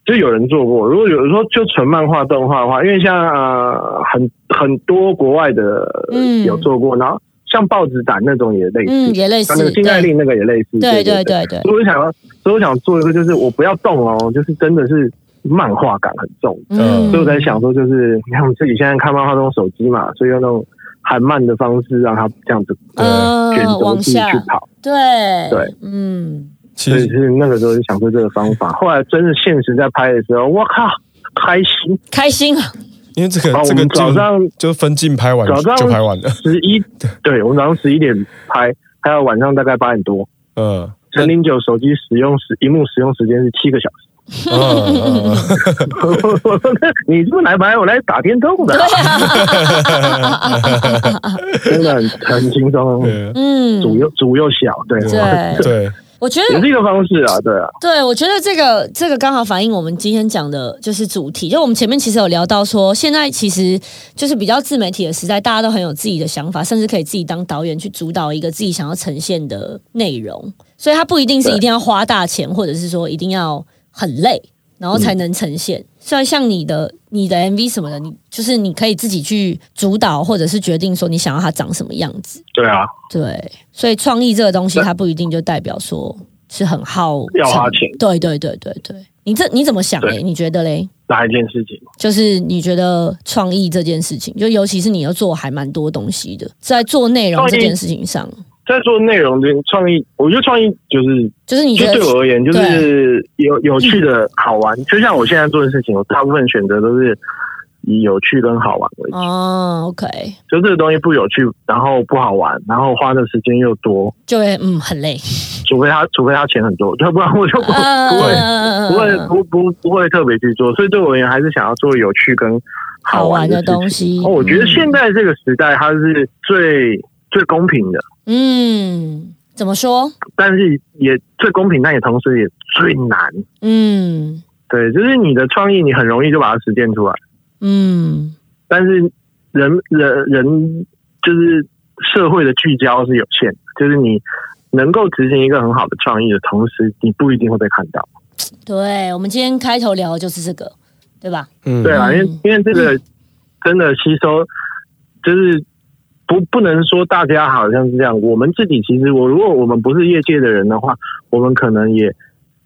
就有人做过；如果有人说就纯漫画动画的话，因为像呃很很多国外的嗯有做过，然后像报纸展那种也类似嗯，，也类似像那个，禁爱令那个也类似，对对对对对，所以我想要，所以我想做一个，就是我不要动哦，就是真的是漫画感很重。嗯所以我在想说，就是你看我们自己现在看漫画都用手机嘛，所以用那种韩漫的方式让它这样子嗯选择往自己下去，跑。对对，嗯，其所实以是那个时候就想出这个方法。后来真的现实在拍的时候，我靠，开心！开心啊，因为这然个后我这个们早就上就分镜拍完早上就拍完了，十一，对我们早上十一点拍，还有晚上大概八点多。嗯。陈零九手机使用时，荧幕使用时间是七个小时。 嗯嗯嗯嗯我说你这么来拍，我来打电动的，啊真的很很轻松，对嗯，主又主又小，对，对对，我觉也得是一个方式啊，对啊，对，我觉得这个这个刚好反映我们今天讲的就是主题，就我们前面其实有聊到说，现在其实就是比较自媒体的时代，大家都很有自己的想法，甚至可以自己当导演去主导一个自己想要呈现的内容，所以它不一定是一定要花大钱，或者是说一定要很累，然后才能呈现。虽然像你的你的 MV 什么的，你就是你可以自己去主导，或者是决定说你想要它长什么样子。对啊，对，所以创意这个东西，它不一定就代表说是很耗要花成钱对对对对对，你这你怎么想嘞？对你觉得嘞？哪一件事情？就是你觉得创意这件事情，就尤其是你要做还蛮多东西的，在做内容创意这件事情上，在做内容的创意，我觉得创意就是就是你就觉得对我而言，就是有有趣嗯的好玩。就像我现在做的事情，我大部分选择都是以有趣跟好玩为主。哦，OK，就这个东西不有趣，然后不好玩，然后花的时间又多，就会嗯很累，除非他除非他钱很多， 要不然我就不不会嗯，不会不不不会特别去做。所以对我而言，还是想要做有趣跟好玩玩的的东西。西。嗯哦，我觉得现在在这个时代，它是最最公平的，嗯，怎么说？但是也最公平，但也同时也最难。嗯对，就是你的创意，你很容易就把它实践出来，嗯但是人人人就是社会的聚焦是有限的，就是你能够执行一个很好的创意的同时，你不一定会被看到。对，我们今天开头聊的就是这个，对吧？嗯对啊，嗯因为因为这个真的吸收，就是不不能说大家好像是这样，我们自己其实我如果我们不是业界的人的话，我们可能也。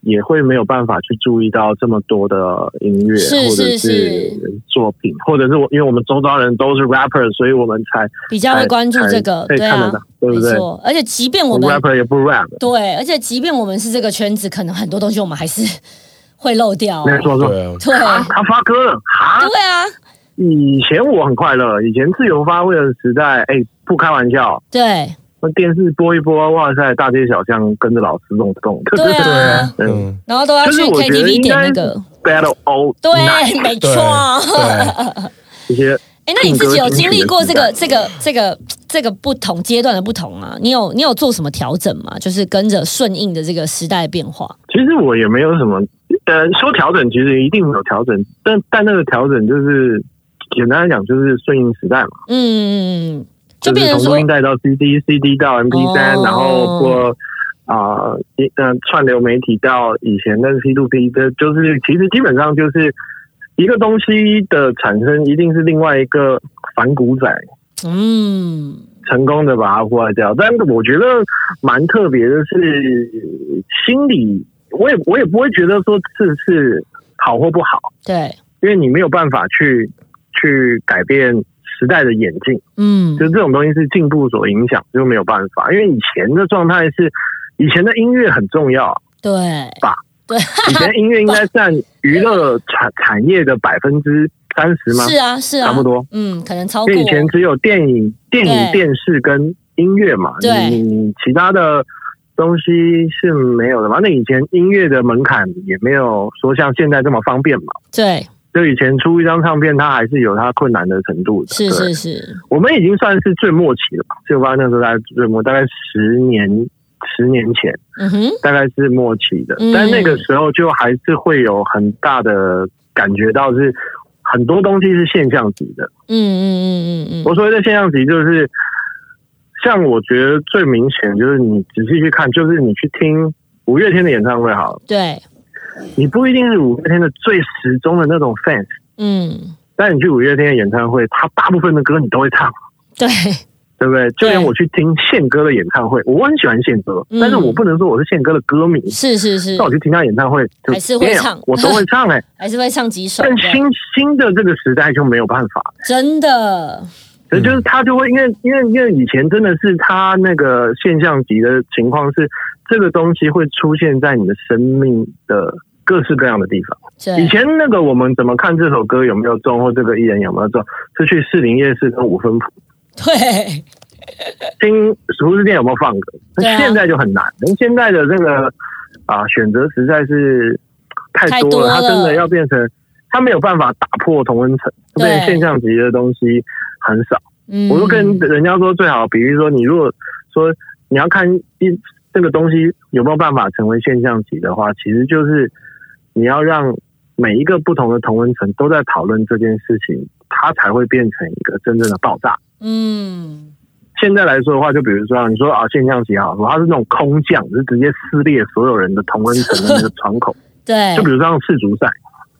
也会没有办法去注意到这么多的音乐，是或者是是作品，或者是我，因为我们周遭人都是 rapper，所以我们才比较会关注这个，对才才看得啊到，对不没对？错。而且即便我我们 rapper 也不 rap，对，而且即便我们是这个圈子，可能很多东西我们还是 会漏掉、那说说对啊，对，啊，他发歌了啊！对啊，以前我很快乐，以前自由发挥的时代，哎，不开玩笑，对，那电视播一播，哇塞，大街小巷跟着老师弄动。对啊， 嗯嗯，然后都要去就是我觉得 KTV 应点该那个， ，Battle All 对，没对错。对，这些哎，那你自己有经历过这个、这性个、这个、这个不同阶段的不同啊？你有你有做什么调整吗？就是跟着顺应的这个时代变化。其实我也没有什么，呃，说调整其实一定有调整，但但那个调整就是简单来讲就是顺应时代嘛，嗯，嗯嗯嗯就就变是成从说录音，带到 CD，CD 到 MP 三、哦然后过。啊，一、呃串流媒体到以前的 P to P 的，就是其实基本上就是一个东西的产生，一定是另外一个反骨仔嗯，成功的把它破坏掉。但我觉得蛮特别的是，心理我也我也不会觉得说这是好或不好，对，因为你没有办法去去改变时代的演进，嗯就是这种东西是进步所影响，就没有办法。因为以前的状态是，以前的音乐很重要啊，对，以前音乐应该占娱乐产产业的百分之三十吗？是啊是啊，差不多，嗯，可能超因过为以前只有电影、电对影、电视跟音乐嘛，你对你你其他的东西是没有的嘛。那以前音乐的门槛也没有说像现在这么方便嘛。对，就以前出一张唱片，它还是有它困难的程度的。是对是是，我们已经算是最末期了吧？就发那时候大概最末，大概十年十年前，嗯哼，大概是末期的嗯。但那个时候就还是会有很大的感觉到是很多东西是现象级的。嗯嗯嗯嗯嗯，我所谓的现象级就是，像我觉得最明显就是你仔细去看，就是你去听五月天的演唱会好了，对，你不一定是五月天的最始终的那种 fans，嗯但你去五月天的演唱会，他大部分的歌你都会唱。对，对不对？就连对我去听宪哥的演唱会，我很喜欢宪哥，嗯但是我不能说我是宪哥的歌迷。是是是那，我去听他演唱会，就还是会 damn，唱我都会唱哎、 还是会唱几首但的，新新的这个时代就没有办法，真的，所嗯以就是他就会因为因为因为以前真的是他那个现象级的情况是，这个东西会出现在你的生命的各式各样的地方。以对，前那个我们怎么看这首歌有没有中，或这个艺人有没有中，是去士林夜市跟五分埔 对，听服饰店有没有放歌，对啊那现在就很难，因为现在的这个啊选择实在是太太多多了，它真了的要变成它没有办法打破同温层，对变成现象级的东西很少。嗯，我就跟人家说，最好比喻说，你如果说你要看一这个东西有没有办法成为现象级的话，其实就是你要让每一个不同的同温层都在讨论这件事情，它才会变成一个真正的爆炸。嗯，现在来说的话，就比如说啊，你说啊，现象级好说，它是那种空降，就是直接撕裂所有人的同温层的那个窗口。对就比如说像世足赛，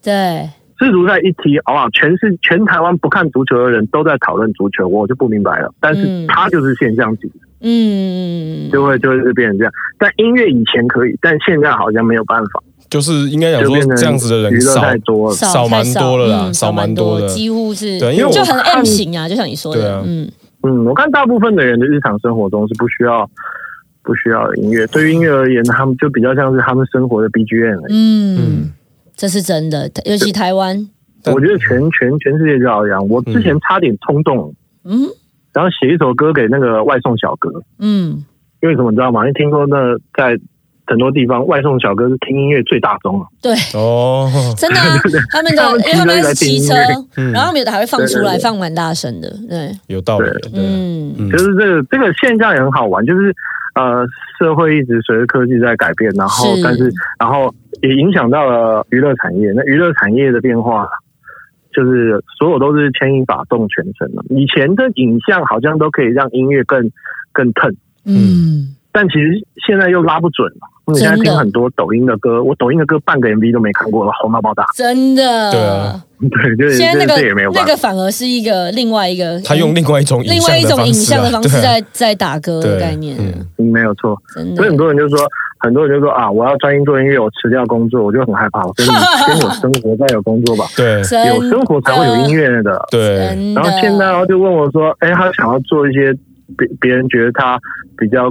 对，世足赛一踢，好不好？全是全台湾不看足球的人都在讨论足球，我就不明白了。但嗯是它就是现象级，嗯，就会就会变成这样。但音乐以前可以，但现在好像没有办法，就是应该讲就说变成这样子的人娱乐少，太多了。少少蛮太多了啦嗯少少蛮多多的几乎是，对因为就我很看 M 型啊，就像你说对的啊，嗯，嗯，我看大部分的人的日常生活中是不需要不需要音乐，对于音乐而言，他们就比较像是他们生活的 BGM 而已。嗯，这是真的，尤其台湾，但我觉得全全全世界就好像我之前差点冲动，嗯然后写一首歌给那个外送小哥，嗯，因为什么你知道吗？因为听说那在很多地方外送小哥是听音乐最大宗了，对，哦，真 的啊，他们他的们因为他们是骑车骑车来听，嗯然后他们有的还会放出对来，对对放蛮大声的，对，有道理，对啊，嗯，嗯就是这个这个现象也很好玩，就是呃，社会一直随着科技在改变，然后是但是然后也影响到了娱乐产业，那娱乐产业的变化。就是所有都是牵一发动全身了。以前的影像好像都可以让音乐更更疼，嗯，但其实现在又拉不准嘛。你现在真的听很多抖音的歌，我抖音的歌半个 MV 都没看过了，红到爆炸。 真的，对啊，对，就是现在那这这个也没有那办法。个反而是一个另外一个，他用另外一种另外一种影像的方式对啊 在在打歌的对概念，嗯没有错，真的所以，很多人就说，很多人就说啊，我要专心做音乐，我辞掉工作，我就很害怕。我说你先有生活，再有工作吧，对真有生活才会有音乐的。对，真的，然后现在，然后就问我说，哎，他想要做一些别别人觉得他比较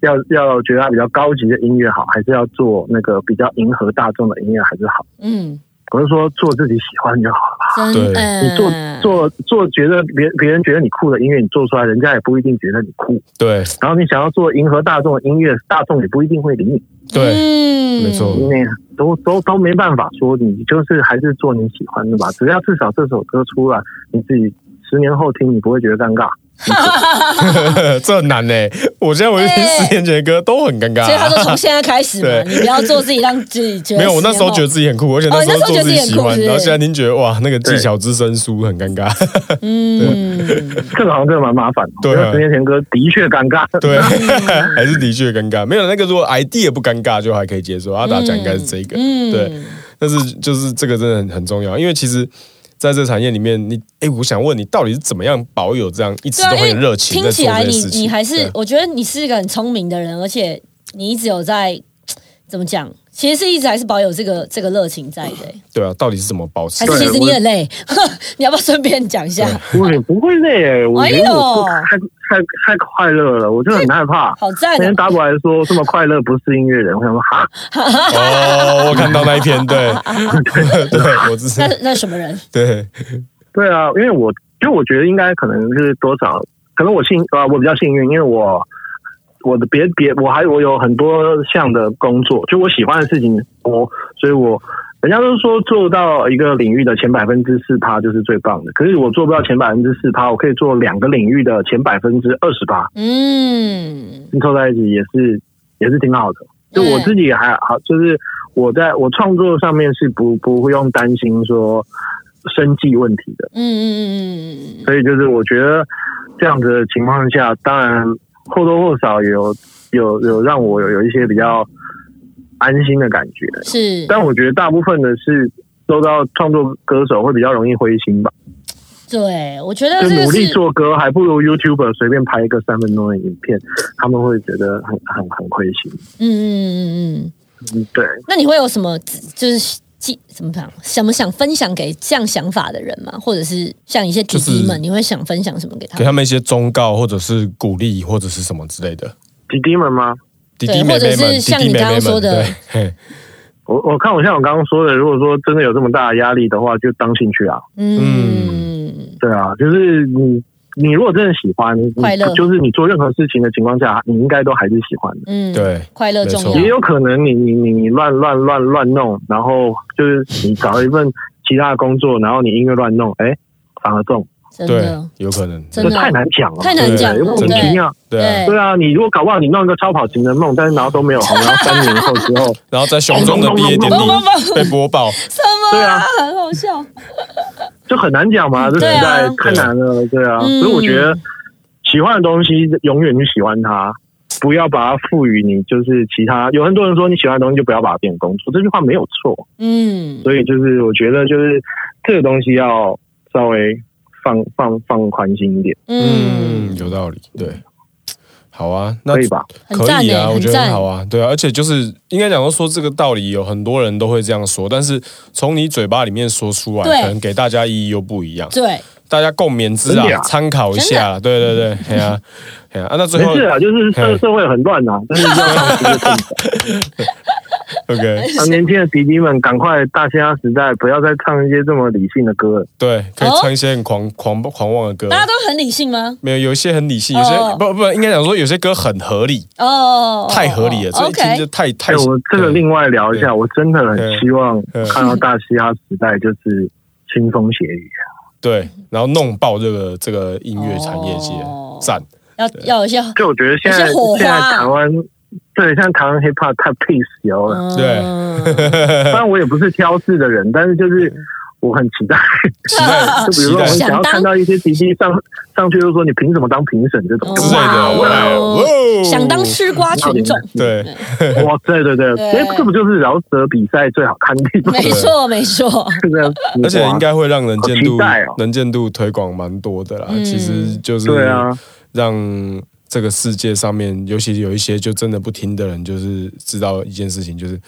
要要觉得他比较高级的音乐好，还是要做那个比较迎合大众的音乐还是好？嗯，我就说做自己喜欢就好了。真对的，你做做做，觉得别别人觉得你酷的音乐，你做出来，人家也不一定觉得你酷。对然后你想要做迎合大众的音乐，大众也不一定会理你，对，嗯没错因为都都都没办法说你就是还是做你喜欢的吧。只要至少这首歌出来，你自己十年后听，你不会觉得尴尬。这很难呢。我现在回去听哎十年前的歌都很尴尬所以他说从现在开始嘛， 对你不要做自己让自己觉得没有，我那时候觉得自己很酷，而且哦那你那时候做自己喜觉得自己很酷是欢，不是然后现在您觉得哇，那个技巧之生疏，很尴尬。嗯，这个好像真的蛮麻烦的。对啊因为十年前歌的确尴尬。对， 还是的确尴尬。没有那个，如果 ID 也不尴尬，就还可以接受。阿达讲应该是这个，嗯对。但是就是这个真的很很重要，因为其实在这个产业里面，你哎，我想问你，到底是怎么样保有这样一直对啊，都因很为有热情在听起做来这件你事情？你还是对，啊我觉得你是一个很聪明的人，而且你一直有在怎么讲，其实是一直还是保有这个这个热情在的、欸对啊，到底是怎么保持还？是对其实你我很累， 你要不要顺便讲一下？ 我也不会累、我觉哎得呦我太太太快乐了，我就很害怕。好赞那天哦、打过来说这么快乐不是音乐人，我想说哈，哦，我看到那一篇， 对，对，我只是那那什么人？对，对啊，因为我就我觉得应该可能是多少，可能我幸啊，我比较幸运，因为我我的别别我还我有很多项的工作，就我喜欢的事情，我所以我人家都说做到一个领域的前百分之四趴就是最棒的，可是我做不到前百分之四趴，我可以做两个领域的前百分之二十趴，嗯，拼凑在一起也是也是挺好的。就我自己还好，就是我在我创作上面是不不会用担心说生计问题的，嗯嗯嗯嗯嗯嗯所以就是我觉得这样子的情况下，当然或多或少有有有让我有有一些比较安心的感觉，嗯，是但我觉得大部分的是。受到创作歌手会比较容易灰心吧，对，我觉得就这努个力是做歌，还不如 YouTuber 随便拍一个三分钟的影片，他们会觉得很很很亏心。嗯嗯嗯嗯嗯。嗯，对，那你会有什么就是记怎么讲想不想分享给这样想法的人吗？或者是像一些弟弟们，就是你会想分享什么给他给们？他们一些忠告，或者是鼓励，或者是什么之类的。弟弟们吗？弟对弟妹或者妹是们，弟像弟你妹刚妹刚说们，的对，嘿我我看我像我刚刚说的，如果说真的有这么大的压力的话，就当兴趣啊，嗯，对啊，就是你你如果真的喜欢，你快乐就是你做任何事情的情况下，你应该都还是喜欢的。嗯，对，快乐重没要错也。有可能你你你你乱乱乱乱弄，然后就是你找一份其他的工作，然后你音乐乱弄，哎，反而中，嗯真对的，，有可能，真这的太难讲了，太难讲了对莫名对其妙。对啊。对啊，你如果搞不好你弄一个超跑情人梦，但是然后都没有红，然后三年后之后，然后在熊中的毕业典礼被播报，什么对啊啊，很好笑。就很难讲嘛，这对时啊代太难了，对啊，嗯所以我觉得喜欢的东西永远去喜欢它，不要把它赋予你就是其他。有很多人说你喜欢的东西就不要把它变工作，这句话没有错。嗯，所以就是我觉得就是这个东西要稍微放放放宽心一点，嗯嗯，，有道理，对，好啊，那可以吧？很可赞以欸啊，我很觉得赞很好啊，对啊，而且就是应该讲说说这个道理，有很多人都会这样说，但是从你嘴巴里面说出来，对可能给大家意义又不一样，对，大家共勉之真的啊啊，参考一下啊，对对对，嘿啊，嘿啊，啊那最没后事啊，就是社嘿社会很 乱呐、但是要让这个更 OK，啊年轻的弟弟们赶快大嘻哈时代，不要再唱一些这么理性的歌了。对，可以哦唱一些很狂狂狂妄的歌大，家都很理性吗？没有有一些很理性，有些哦不不应该讲说有些歌很合理，哦，太合理了，这一听就 OK，太太哎，我这个对另外聊一下，对我真的很希望对对看到大嘻哈时代就是清风斜雨。对，然后弄爆这个这个音乐产业界哦，赞、要要有一些，就我觉得现在有些火花现在台湾对，现在台湾 hiphop 太 peace 油 了。对，当然我也不是挑刺的人，但是就是我很期待， 期待就比如期说我待想要嗯啊想当看到一些弟弟上上去就说你凭什么当评审这种之类哇的，哦哇哦 想当嗯吃瓜群众，对哇，对对对，对哎，这不就是饶舌比赛最好看的地方？没 错没错，这个时而且光应该会让能见好期度、待哦能见度推广蛮多的啦。嗯其实就是对啊，让这个世界上面，尤其有一些就真的不听的人，就是知道一件事情，就是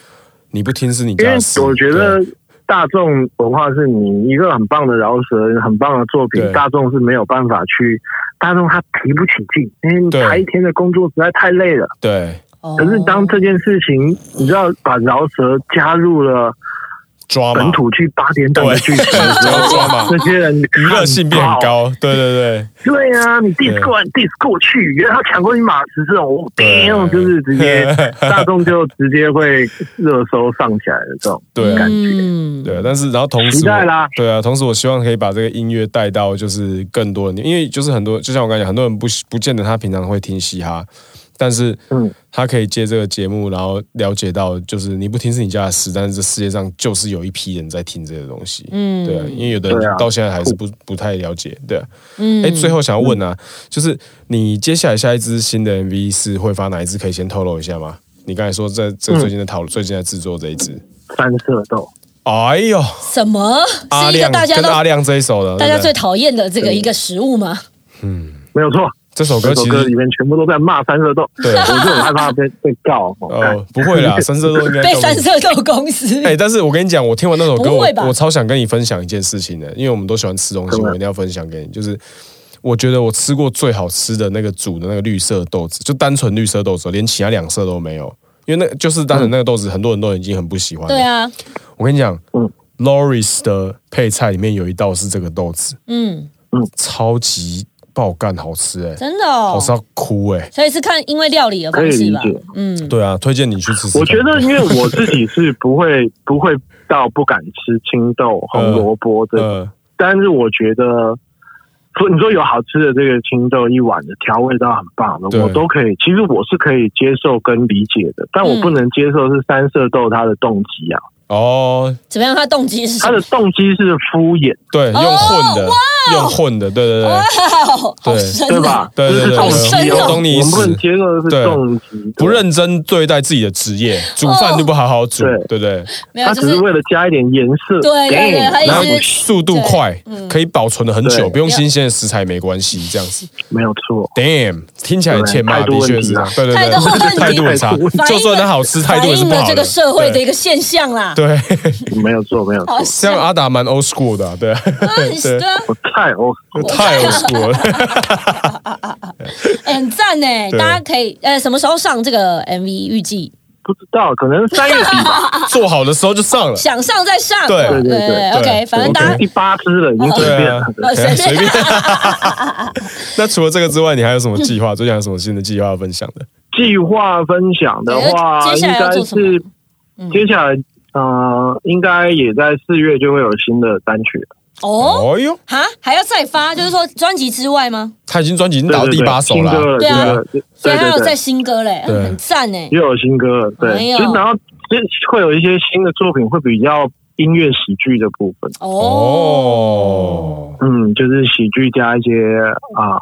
你不听是你因家为的事。我觉对得大众文化是你一个很棒的饶舌，很棒的作品，对大众是没有办法去，大众他提不起劲，因为你对哦排一天的工作实在太累了。对可可是当这件事情，你知道把饶舌加入了抓本嘛，土剧八点档的对， 剧情的时候，抓 嘛，这些人娱娱乐性变很。高。对对对啊，你 diss 对过来 diss 过去，原来他抢过你马子这种，我对 damn，就是直 接大众就直接会热搜上起来的这种。对对啊嗯，对啊，但是然后同时期待啦我对啊，同时我希望可以把这个音乐带到就是更多人，因为就是很多，就像我刚才讲，很多人不喜不见得他平常会听嘻哈，但是嗯他可以借这个节目，然后了解到就是你不听是你家的事，但是这世界上就是有一批人在听这个东西，嗯对啊，因为有的人对啊到现在还是不不太了解，对啊，嗯哎，最后想要问啊，就是你接下来下一支新的 MV 是会发哪一支？可以先透露一下吗？你刚才说在这嗯个最近在讨论，最近在制作这一支，三色豆，哎呦。什么阿是一个亮大家跟都阿亮这一首的，大家对最不对讨厌的这个一个食物吗？没有错。这首歌这首其歌实里面全部都在骂三色豆，对我就很害怕被被告。哦呃不会啦，三色豆应该被都三色豆公司。哎、但是我跟你讲，我听完那首歌，不我会吧我超想跟你分享一件事情的，因为我们都喜欢吃东西，什么我一定要分享给你。就是我觉得我吃过最好吃的那个煮的那个绿色豆子，就单纯绿色豆子，连其他两色都没有，因为那就是单纯那个豆子，很多人都已经很不喜欢了。对啊，我跟你讲、嗯 l o r i s 的配菜里面有一道是这个豆子，嗯，超级爆干好吃哎、真的好哦。吃到哭哎、所以是看因为料理的方式吧 可以理解。嗯，对啊，推荐你去吃吃看。我觉得，因为我自己是不会 不会到不敢吃青豆、红萝卜的，呃，但是我觉得，说你说有好吃的这个青豆一碗的调味道很棒的，对我都可以。其实我是可以接受跟理解的，嗯但我不能接受是三色豆它的动机啊，哦，怎么样？他动机是什它么的？动机是敷衍，对，用混的，用混的，对对对。哦，好对深对啊吧！！对这对是对动好机深哦，哦懂你意我们思不能接受的对是动机，不。认真对待自己的职业，煮饭就不好好煮，哦对对不对？没有，它就只是是为了加一点颜色，对对对 Damn，它一直然后对速度快，嗯可以保存的很久，对不用新鲜的食材没关系，这样子。没有错。 Damn，听起来很欠骂，对的态度确问题是这啊样，对对态度问对，题态度很差态度问，反就映算他好吃，态反度也是映不了好这的。个社会的一对个现象啦。对， 没有错，没有好错，这像样阿达蛮 old school 的啊， 对啊，啊，很对啊，我太我太 old school 了。哎很赞哎！对大家可以呃，什么时候上这个 MV？预计不知道，可能三月底吧， 做好的时候就上了，想上再上。对对对对对对，OK，对 反正对大家第八支了，已经随对哦便啊了。，呃随随便便。 那除了这个之外，你还有什么计划？最近还有什么新的计划要分享的？计划分享的话，对应接下来要该做什么是嗯接下来，呃，应该也在四月就会有新的单曲了。哦，哦哟，哈，还要再发，就是说专辑之外吗？他已经专辑已经对到对第对八首新了啊，歌了，对啊新歌了对所以还有对在对，新歌嘞，对很赞哎。又有新歌了，对，哎呦其实然后这会有一些新的作品会比较音乐喜剧的部分，哦，哦，嗯，就是喜剧加一些啊、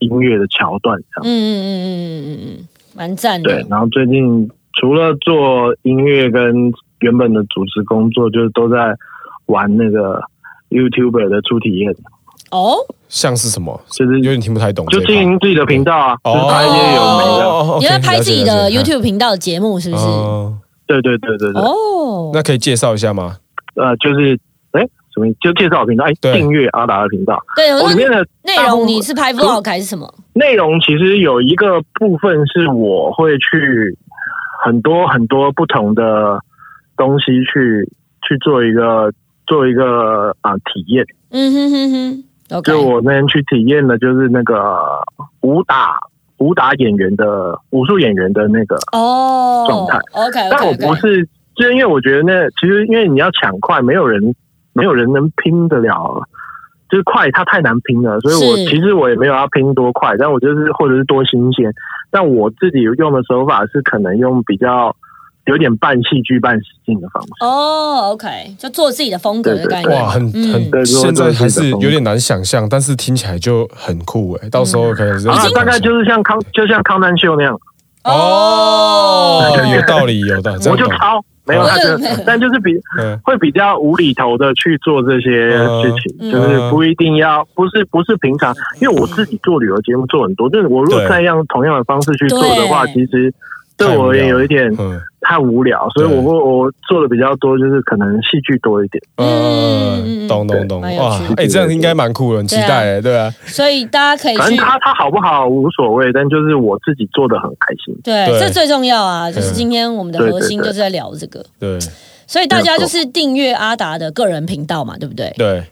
音乐的桥段这嗯样，嗯嗯嗯嗯嗯嗯，蛮赞的。对。然后最近除了做音乐跟原本的主持工作，就是都在玩那个 YouTuber 的初体验，哦，像是什么？就是有点听不太懂这就一趴。经营自己的频道啊，就是拍一些有的没的。哦你在拍自己的 YouTube 频道节目是是不是？哦，对对对对对，哦，那可以介绍一下吗？呃，就是哎，什么意思就介绍我频道，哎，对订阅阿达的频道。对，我我里说面的内大部容分你是拍 vlog 还是什么？内容其实有一个部分是我会去很多很多不同的东西去去做一个做一个啊、体验。嗯哼哼哼，OK，就我那天去体验的就是那个武打武打演员的武术演员的那个哦，状态 OK，但我不是，就是因为我觉得那其实因为你要抢快，没有人没有人能拼得了，就是快它太难拼了，所以我是其实我也没有要拼多快，但我就是或者是多新鲜。但我自己用的手法是可能用比较有点半戏剧半实境的方式。哦，OK，就做自己的风格的对对概对哇，念。很嗯很，对如果现在这是还是你的风格有点难想象，但是听起来就很酷哎。到时候可哦能是啊，大概就是像康就像康丹秀那样，哦，有道理，有道理，这 我样就懂抄，没有哦嗯他就， 但就是比嗯会比较无厘头的去做这些呃事情，嗯就是不一定要，不是不是平常，因为我自己做旅游节目做很多，就是我如果对再用同样的方式去做的话，对其实对我而言有一点嗯太无聊，所以对我我我做的比较多，就是可能戏剧多一点。嗯呃，懂懂懂蛮有哇趣的，哎，这样应该蛮酷的，很期待哎，对啊，所以大家可以反正去，他他好不好无所谓，但就是我自己做的很开心。对，对这最重要啊，就是今天我们的对核心对就对是在聊这个，对所以大家没就有错是订阅阿达的个人频道嘛，对不对？对，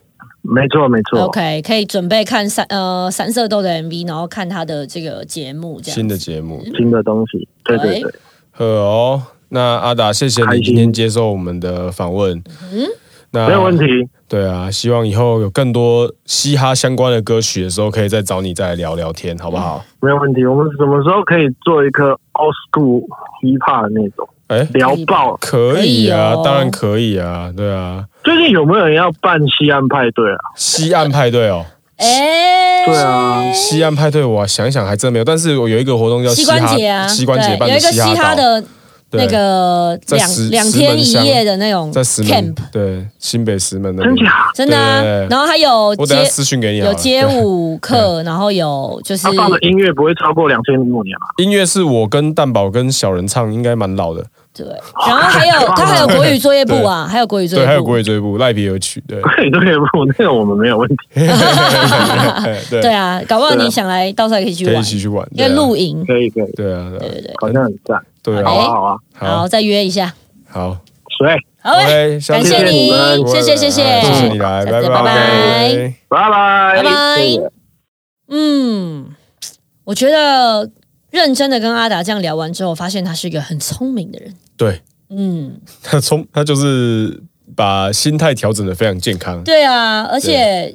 没错没错 OK，可以准备看三呃三色豆的 MV，然后看他的这个节目这样。新的节目，新的东西，对对对，呵哦，那阿达，谢谢开你心今天接受我们的访问，嗯那没有问题。对啊，希望以后有更多嘻哈相关的歌曲的时候，可以再找你再来聊聊天，好不好？没有问题，我们什么时候可以做一个 old school hip hop 的那种哎、聊爆？可以嗯可啊以哦当然可以啊，对啊，最近有没有人要办西安派对啊？西岸派对哦，哎，对啊，西岸派对我想一想还真没有，但是我有一个活动叫膝嘻哈关节啊，膝关节对办有的一个嘻嘻哈哈岛，的对那个在两石两天一夜的那种在石 camp，门，对，新北石门那真边。假？真的啊对。然后还有我等下街私讯给你啊好了。有街舞课，然后有就是他放的音乐不会超过两千零五啊年吧？ 音乐是我跟蛋宝跟小人唱，应该蛮老的。对，然后还 有他还有国语作业部啊，还有国语作对，业还有部国语追捕赖皮有曲， 对对对，不，那个我们没有问题。对对，啊，搞不好对你啊想来，到时候也可以去可以玩一，起去玩，啊因为露营。可以可以，对啊，对啊，对对，好像很赞。对好啊，啊好啊，好，好，再约一下。好，水，好嘞， OK，下感次谢见你拜，谢谢谢哎谢谢你谢来，下拜次拜拜拜。拜拜拜拜。嗯，我觉得认真的跟阿达这样聊完之后，发现他是一个很聪明的人。对嗯，他从他就是把心态调整的非常健康，对啊，而且，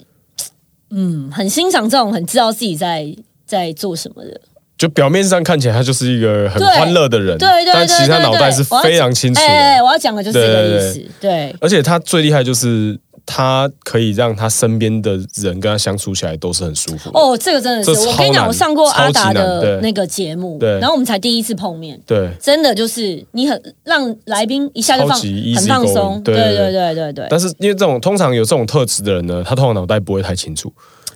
嗯，很欣赏这种很知道自己在在做什么的。就表面上看起来他就是一个很对欢乐的人，对对对但其实他对对脑袋是非常清楚哎、的。我要讲的就是这个意思。对而且他最厉害就是他可以让他身边的人跟他相处起来都是很舒服的。哦，这个真的这是，我超跟你讲，难我上过阿达超级难的对那个节目，对然后我们才第一次碰面。对，真的就是你很让来宾一下就放超级很 easy 放松， going，对对对对对对对对但是因为这种通常有这种特质的人呢，他通常脑袋不会太清楚，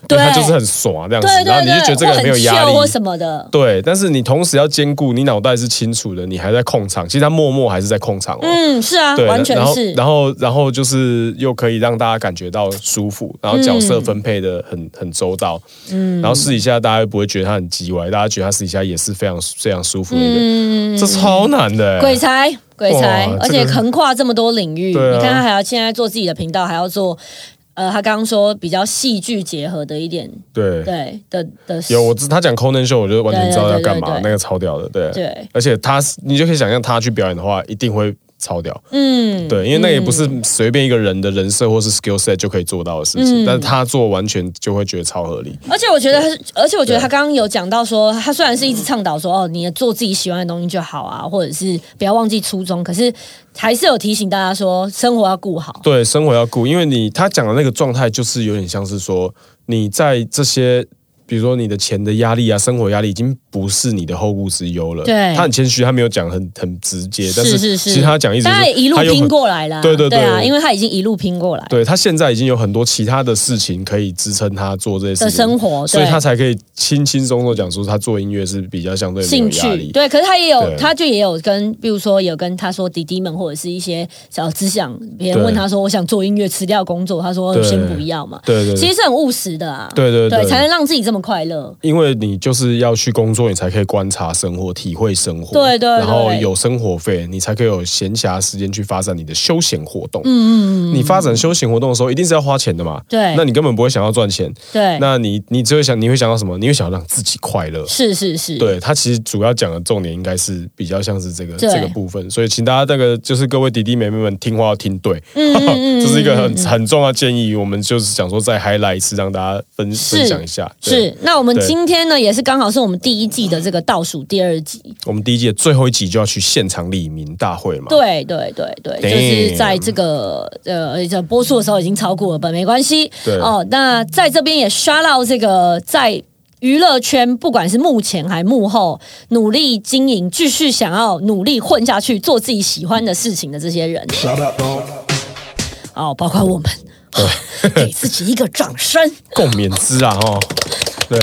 对因为他就是很爽这样子，对对然后你就觉得这个或人很没有压 chill 或力。什么的，对，但是你同时要兼顾你脑袋是清楚的，你还在控场，其实他默默还是在控场哦。嗯，是啊，对，完全然后是，然后然后就是又可以让大家感觉到舒服，然后角色嗯分配的很、很周到，嗯，然后私底下大家不会觉得他很叽歪，大家觉得他私底下也是非常非常舒服的一个人，嗯，这超难的、欸鬼才。鬼才哇，而这个且横跨这么多领域，对啊你看他还要现在做自己的频道，还要做，呃，他刚刚说比较戏剧结合的一点，对。对的的，有我知他讲 Conan Show，我就完全知道要干对对对嘛对，对那个超屌的，对。对，而且他是，你就可以想象他去表演的话，一定会超屌，嗯，对，因为那个也不是随便一个人的人设或是 skill set 就可以做到的事嗯情，但是他做完全就会觉得超合理，而且我觉得他是，而且我觉得他刚刚有讲到说，他虽然是一直倡导说哦，你做自己喜欢的东西就好啊，或者是不要忘记初衷，可是还是有提醒大家说，生活要顾好。对，生活要顾，因为你他讲的那个状态就是有点像是说你在这些。比如说你的钱的压力啊，生活压力已经不是你的后顾之忧了。对他很谦虚，他没有讲很很直接，但是是其实他讲一直但他也一路他有很拼过来啦，对对对啊，因为他已经一路拼过来，对他现在已经有很多其他的事情可以支撑他做这些事情的生活对所以他才可以轻轻松松讲说他做音乐是比较相对没有兴压趣力。对，可是他也有，对他就也有跟，比如说有跟他说弟弟们或者是一些小只想别人对问他说我想做音乐辞掉工作，他说对先不要嘛，对对其对实是很务实的啊，对对对，对才能让自己这么快乐，因为你就是要去工作，你才可以观察生活、体会生活，对对对然后有生活费，你才可以有闲暇时间去发展你的休闲活动。嗯嗯嗯，你发展休闲活动的时候，一定是要花钱的嘛。对那你根本不会想要赚钱，对，那你你只会想，你会想到什么？你会想要让自己快乐。是是是，对他其实主要讲的重点应该是比较像是这个对这个部分，所以请大家那个就是各位弟弟妹妹们听话要听对，嗯，嗯嗯这是一个很很重要的建议。我们就是想说再 highlight 一次，让大家分是分享一下。对，是，那我们对今天呢，也是刚好是我们第一季的这个倒数第二集，我们第一季的最后一集就要去现场李明大会嘛？对对对对，就是在这个呃这播出的时候已经超过了，本没关系。对哦，那在这边也 shout out 这个在。娱乐圈，不管是幕前还幕后，努力经营，继续想要努力混下去，做自己喜欢的事情的这些人，哦，包括我们，给自己一个掌声。共勉之啊！哦，对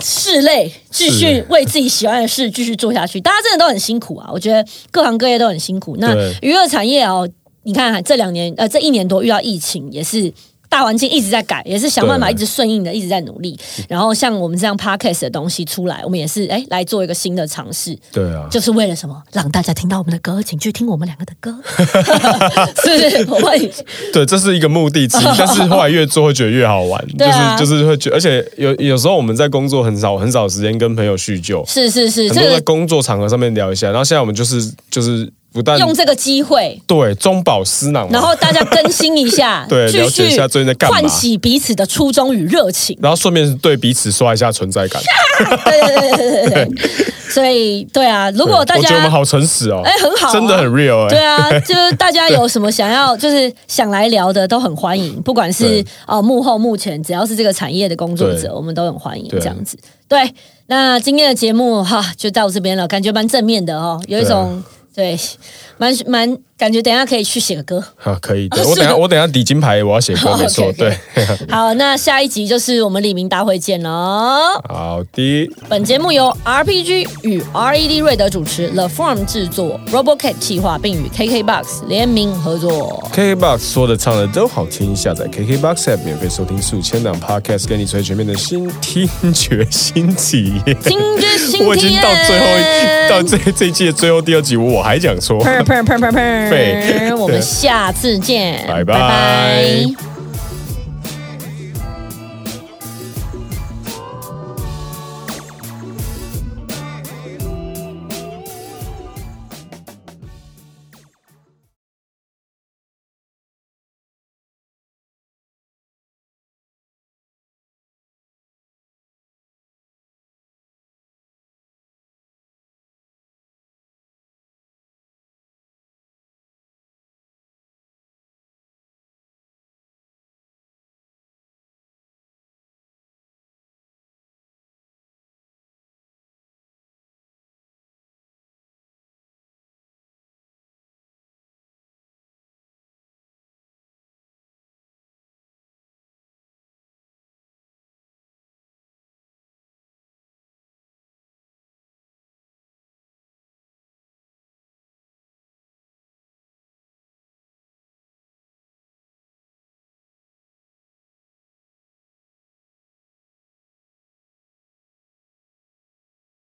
室内继续为自己喜欢的事继续做下去。大家真的都很辛苦啊，我觉得各行各业都很辛苦。那对娱乐产业哦，你看这两年呃这一年多遇到疫情也是。大环境一直在改，也是想办法对一直顺应的，一直在努力。然后像我们这样 podcast 的东西出来，我们也是哎来做一个新的尝试，对啊，就是为了什么？让大家听到我们的歌，请去听我们两个的 歌， 是不是？我问你，对，这是一个目的 之一，但是后来越做会觉得越好玩，对啊就是就是会觉得，而且有有时候我们在工作很少很少时间跟朋友叙旧，是是是，很这多在个工作场合上面聊一下，然后现在我们就是就是不但用这个机会，对中饱私囊嘛， 然后大家更新一 下，对继了解续一下最近在干嘛。唤起彼此的初衷与热情然后顺便对彼此刷一下存在 感。对对对对对对。所以，对啊，如对果大我觉得我们家好诚实哦，哎很好啊真的很 real 哎、对啊， 就是大家有什么想要，就是想来聊的，都很欢迎。不管是对哦幕后、幕前，只要是这个产业的工作对者，我们都很欢迎这对样子。对，那今天的节目哈就到这边了，感觉蛮正面的哦，有一对啊种对，蛮蛮感觉等一下可以去写 个歌。好，啊可以。对我等一下我等一下抵金牌我要写歌，没 错，对 OK，OK。好，那下一集就是我们李明大会见喽。好的，本节目由 RPG 与 E RED 瑞德主持，The Form 制作，Robocat 企划，并与 KKBox 联名合作。 KKBOX 说的唱的都好听，下载 KKBOX app 免费收听数千档 podcast，跟你吹全面的新听觉新体验。新觉新我已经到最后一到体验这这一季的最后第二集，我还讲错。砰砰砰砰对砰！我们下次见，拜拜拜拜